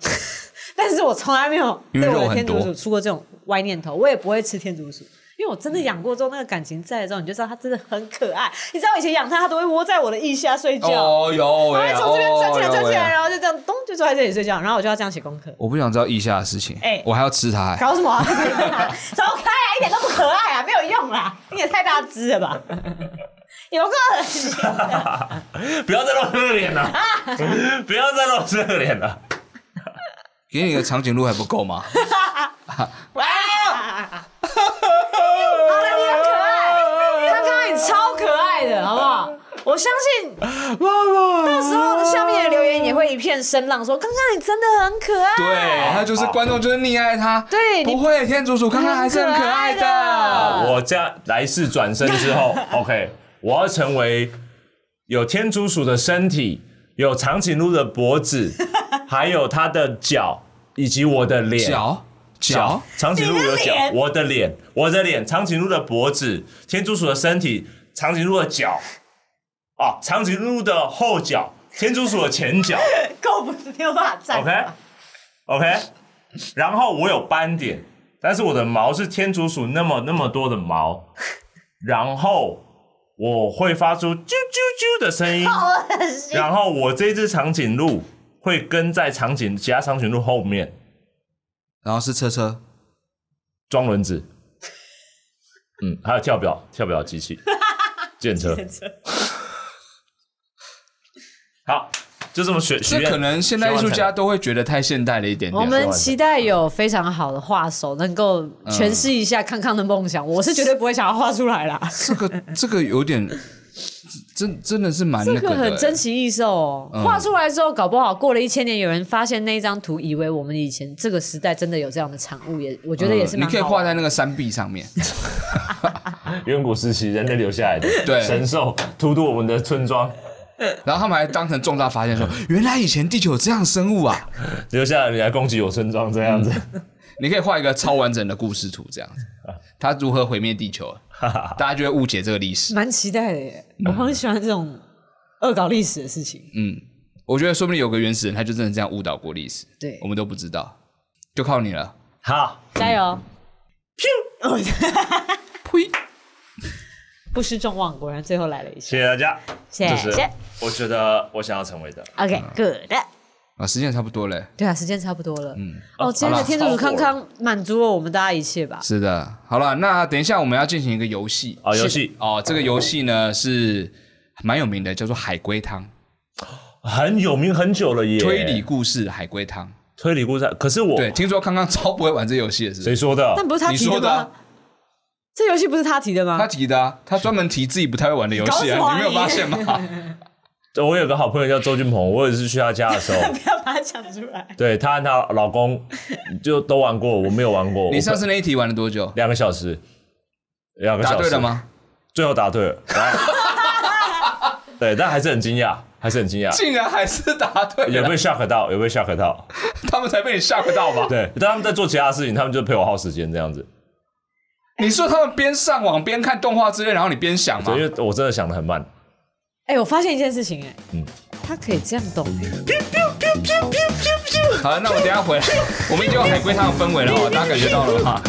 Speaker 2: 但是我从来没有
Speaker 1: 因为
Speaker 2: 对
Speaker 1: 肉
Speaker 2: 我的
Speaker 1: 很
Speaker 2: 天竺
Speaker 1: 多
Speaker 2: 鼠出过这种歪念头，我也不会吃天竺鼠，因为我真的养过之后，那个感情在的时候，你就知道它真的很可爱。你知道我以前养它，它都会窝在我的腋下睡觉，
Speaker 1: 哦哟
Speaker 2: 它
Speaker 1: 喂
Speaker 2: 会
Speaker 1: 啊，
Speaker 2: 哎从这边钻起来
Speaker 1: 哦
Speaker 2: 钻
Speaker 1: 哟
Speaker 2: 起
Speaker 1: 喂
Speaker 2: 来，
Speaker 1: 啊。
Speaker 2: 然后就这样咚就坐在这里睡觉，然后我就要这样写功课。
Speaker 1: 我不想知道腋下的事情，
Speaker 2: 哎
Speaker 1: 我还要吃它，哎
Speaker 2: 搞什么、啊？ 走开啊！一点都不可爱啊，没有用啦！你也太大只了吧，有个恶心的。
Speaker 3: 不要再露这个脸了， 不要再露这个脸了。
Speaker 1: 给你的长颈鹿还不够吗？
Speaker 2: 哇！哦好了，你很可爱，他看到你超可爱的，好不好？我相信到时候下面的留言也会一片声浪说，刚刚你真的很可爱。
Speaker 1: 对，他就是观众，就是溺爱它。
Speaker 2: 对你
Speaker 1: 不会，天竺鼠看看还是很可爱
Speaker 2: 很可爱
Speaker 1: 的。
Speaker 3: 啊，我家来世转身之 后，OK，我要成为有天竺鼠的身体，有长颈鹿的脖子，还有它的脚，以及我的脸。
Speaker 1: 脚脚，
Speaker 3: 长颈鹿有
Speaker 5: 你的
Speaker 3: 脚
Speaker 5: 脸，
Speaker 3: 我的脸，我的脸，长颈鹿的脖子，天竺鼠的身体，长颈鹿的脚，啊，长颈鹿的后脚，天竺鼠的前 脚
Speaker 5: 够不是没有办法站。
Speaker 3: ，OK
Speaker 2: 啊
Speaker 3: OK，然后我有斑点，但是我的毛是天竺鼠那么那么多的毛， 然后我会发出啾啾啾的声音，
Speaker 5: 好恶心，
Speaker 3: 然后我这只长颈鹿会跟在长颈其他长颈鹿后面
Speaker 1: 然后是车车，
Speaker 3: 装轮子，嗯，还有跳表跳表 机器，电车，好，就这么选许
Speaker 1: 这可
Speaker 3: 愿。
Speaker 1: 能现代艺术家都会觉得太现代了一点
Speaker 2: 我
Speaker 1: 点。
Speaker 2: 们期待有非常好的画手，能够诠释一下康康的梦想。我是绝对不会想要画出来啦，
Speaker 1: 这
Speaker 2: 嗯
Speaker 1: 个这个有点，真真的是蛮
Speaker 2: 这
Speaker 1: 那嗯
Speaker 2: 个
Speaker 1: 的
Speaker 2: 很
Speaker 1: 欸
Speaker 2: 珍奇异兽哦。画出来之后，搞不好过了一千年，有人发现那一张图，以为我们以前这个时代真的有这样的产物，也我觉得也是
Speaker 1: 嗯你
Speaker 2: 蛮
Speaker 1: 可以
Speaker 2: 好
Speaker 1: 画
Speaker 2: 玩的。
Speaker 1: 在那个山壁上面，
Speaker 3: 远古时期人类留下来的
Speaker 1: 对
Speaker 3: 神兽，荼毒我们的村庄，
Speaker 1: 然后他们还当成重大发现 说，原来以前地球有这样的生物啊！
Speaker 3: 留下来你来攻击我村庄这样子。
Speaker 1: 嗯你可以画一个超完整的故事图，这样子，他如何毁灭地 球，啊大家就会误解这个历史。
Speaker 2: 蛮期待的耶，我很喜欢这种恶搞历史的事情。
Speaker 1: 嗯，我觉得说不定有个原始人，他就真的这样误导过历史，
Speaker 2: 对
Speaker 1: 我，们都不知道，就靠你了。
Speaker 3: 好，
Speaker 2: 加油！
Speaker 1: 嗯呸！
Speaker 2: 不失众望，果然最后来了一下。
Speaker 3: 谢谢大家。
Speaker 2: 谢
Speaker 3: 这
Speaker 2: 谢。
Speaker 3: 是我觉得我想要成为的。
Speaker 1: 嗯
Speaker 5: OK，good。
Speaker 1: 啊，时间也差不多了。
Speaker 2: 对啊，时间差不多了。
Speaker 1: 嗯，
Speaker 2: 哦，亲爱
Speaker 3: 好
Speaker 2: 的
Speaker 3: 啦
Speaker 2: 天主
Speaker 3: 超
Speaker 2: 康
Speaker 3: 过
Speaker 2: 康满足了我们大家一切吧。
Speaker 1: 是的。好了，那等一下我们要进行一个游戏
Speaker 3: 好游戏
Speaker 1: 哦，这个游戏呢是蛮有名的，叫做海龟汤
Speaker 3: 很有名很久了耶，
Speaker 1: 推理故事海龟汤。
Speaker 3: 推理故事。可是我
Speaker 1: 对，听说康康超不会玩这游戏的是不
Speaker 3: 谁
Speaker 1: 是，
Speaker 3: 说的？
Speaker 2: 但不是他
Speaker 1: 你
Speaker 2: 提
Speaker 1: 说的啊
Speaker 2: 吗？这游戏不是他提的
Speaker 1: 他
Speaker 2: 吗？
Speaker 1: 提的啊，他专门提自己不太会玩的游戏
Speaker 5: 搞什么
Speaker 1: 啊，
Speaker 5: 啊
Speaker 1: 你没有
Speaker 5: 你
Speaker 1: 发现 吗？
Speaker 3: 哦我有个好朋友叫周俊鹏，我也是去他家的时候，
Speaker 5: 不要把它讲出来。
Speaker 3: 对她和她老公就都玩过，我没有玩过。
Speaker 1: 你上次
Speaker 3: 我
Speaker 1: 那一题玩了多久？
Speaker 3: 两个小时，两个小
Speaker 1: 答
Speaker 3: 时
Speaker 1: 对了？吗？
Speaker 3: 最后答对 了。然后对，但还是很惊讶，还是很惊讶，
Speaker 1: 竟然还是答对
Speaker 3: 有被
Speaker 1: 了，
Speaker 3: 吓 k 到，有被吓 k 到。
Speaker 1: 他们才被你吓个 到吧？
Speaker 3: 对，但他们在做其他事情，他们就陪我耗时间这样子。
Speaker 1: 你说他们边上网边看动画之类，然后你边想吗
Speaker 3: 对，因？为我真的想的很慢。
Speaker 2: 哎，我发现一件事情，哎
Speaker 3: 嗯，
Speaker 2: 他可以这样动。
Speaker 1: 好了，那我等一下回来，我们已经有海龟汤的氛围了哦，大家感觉到了吗？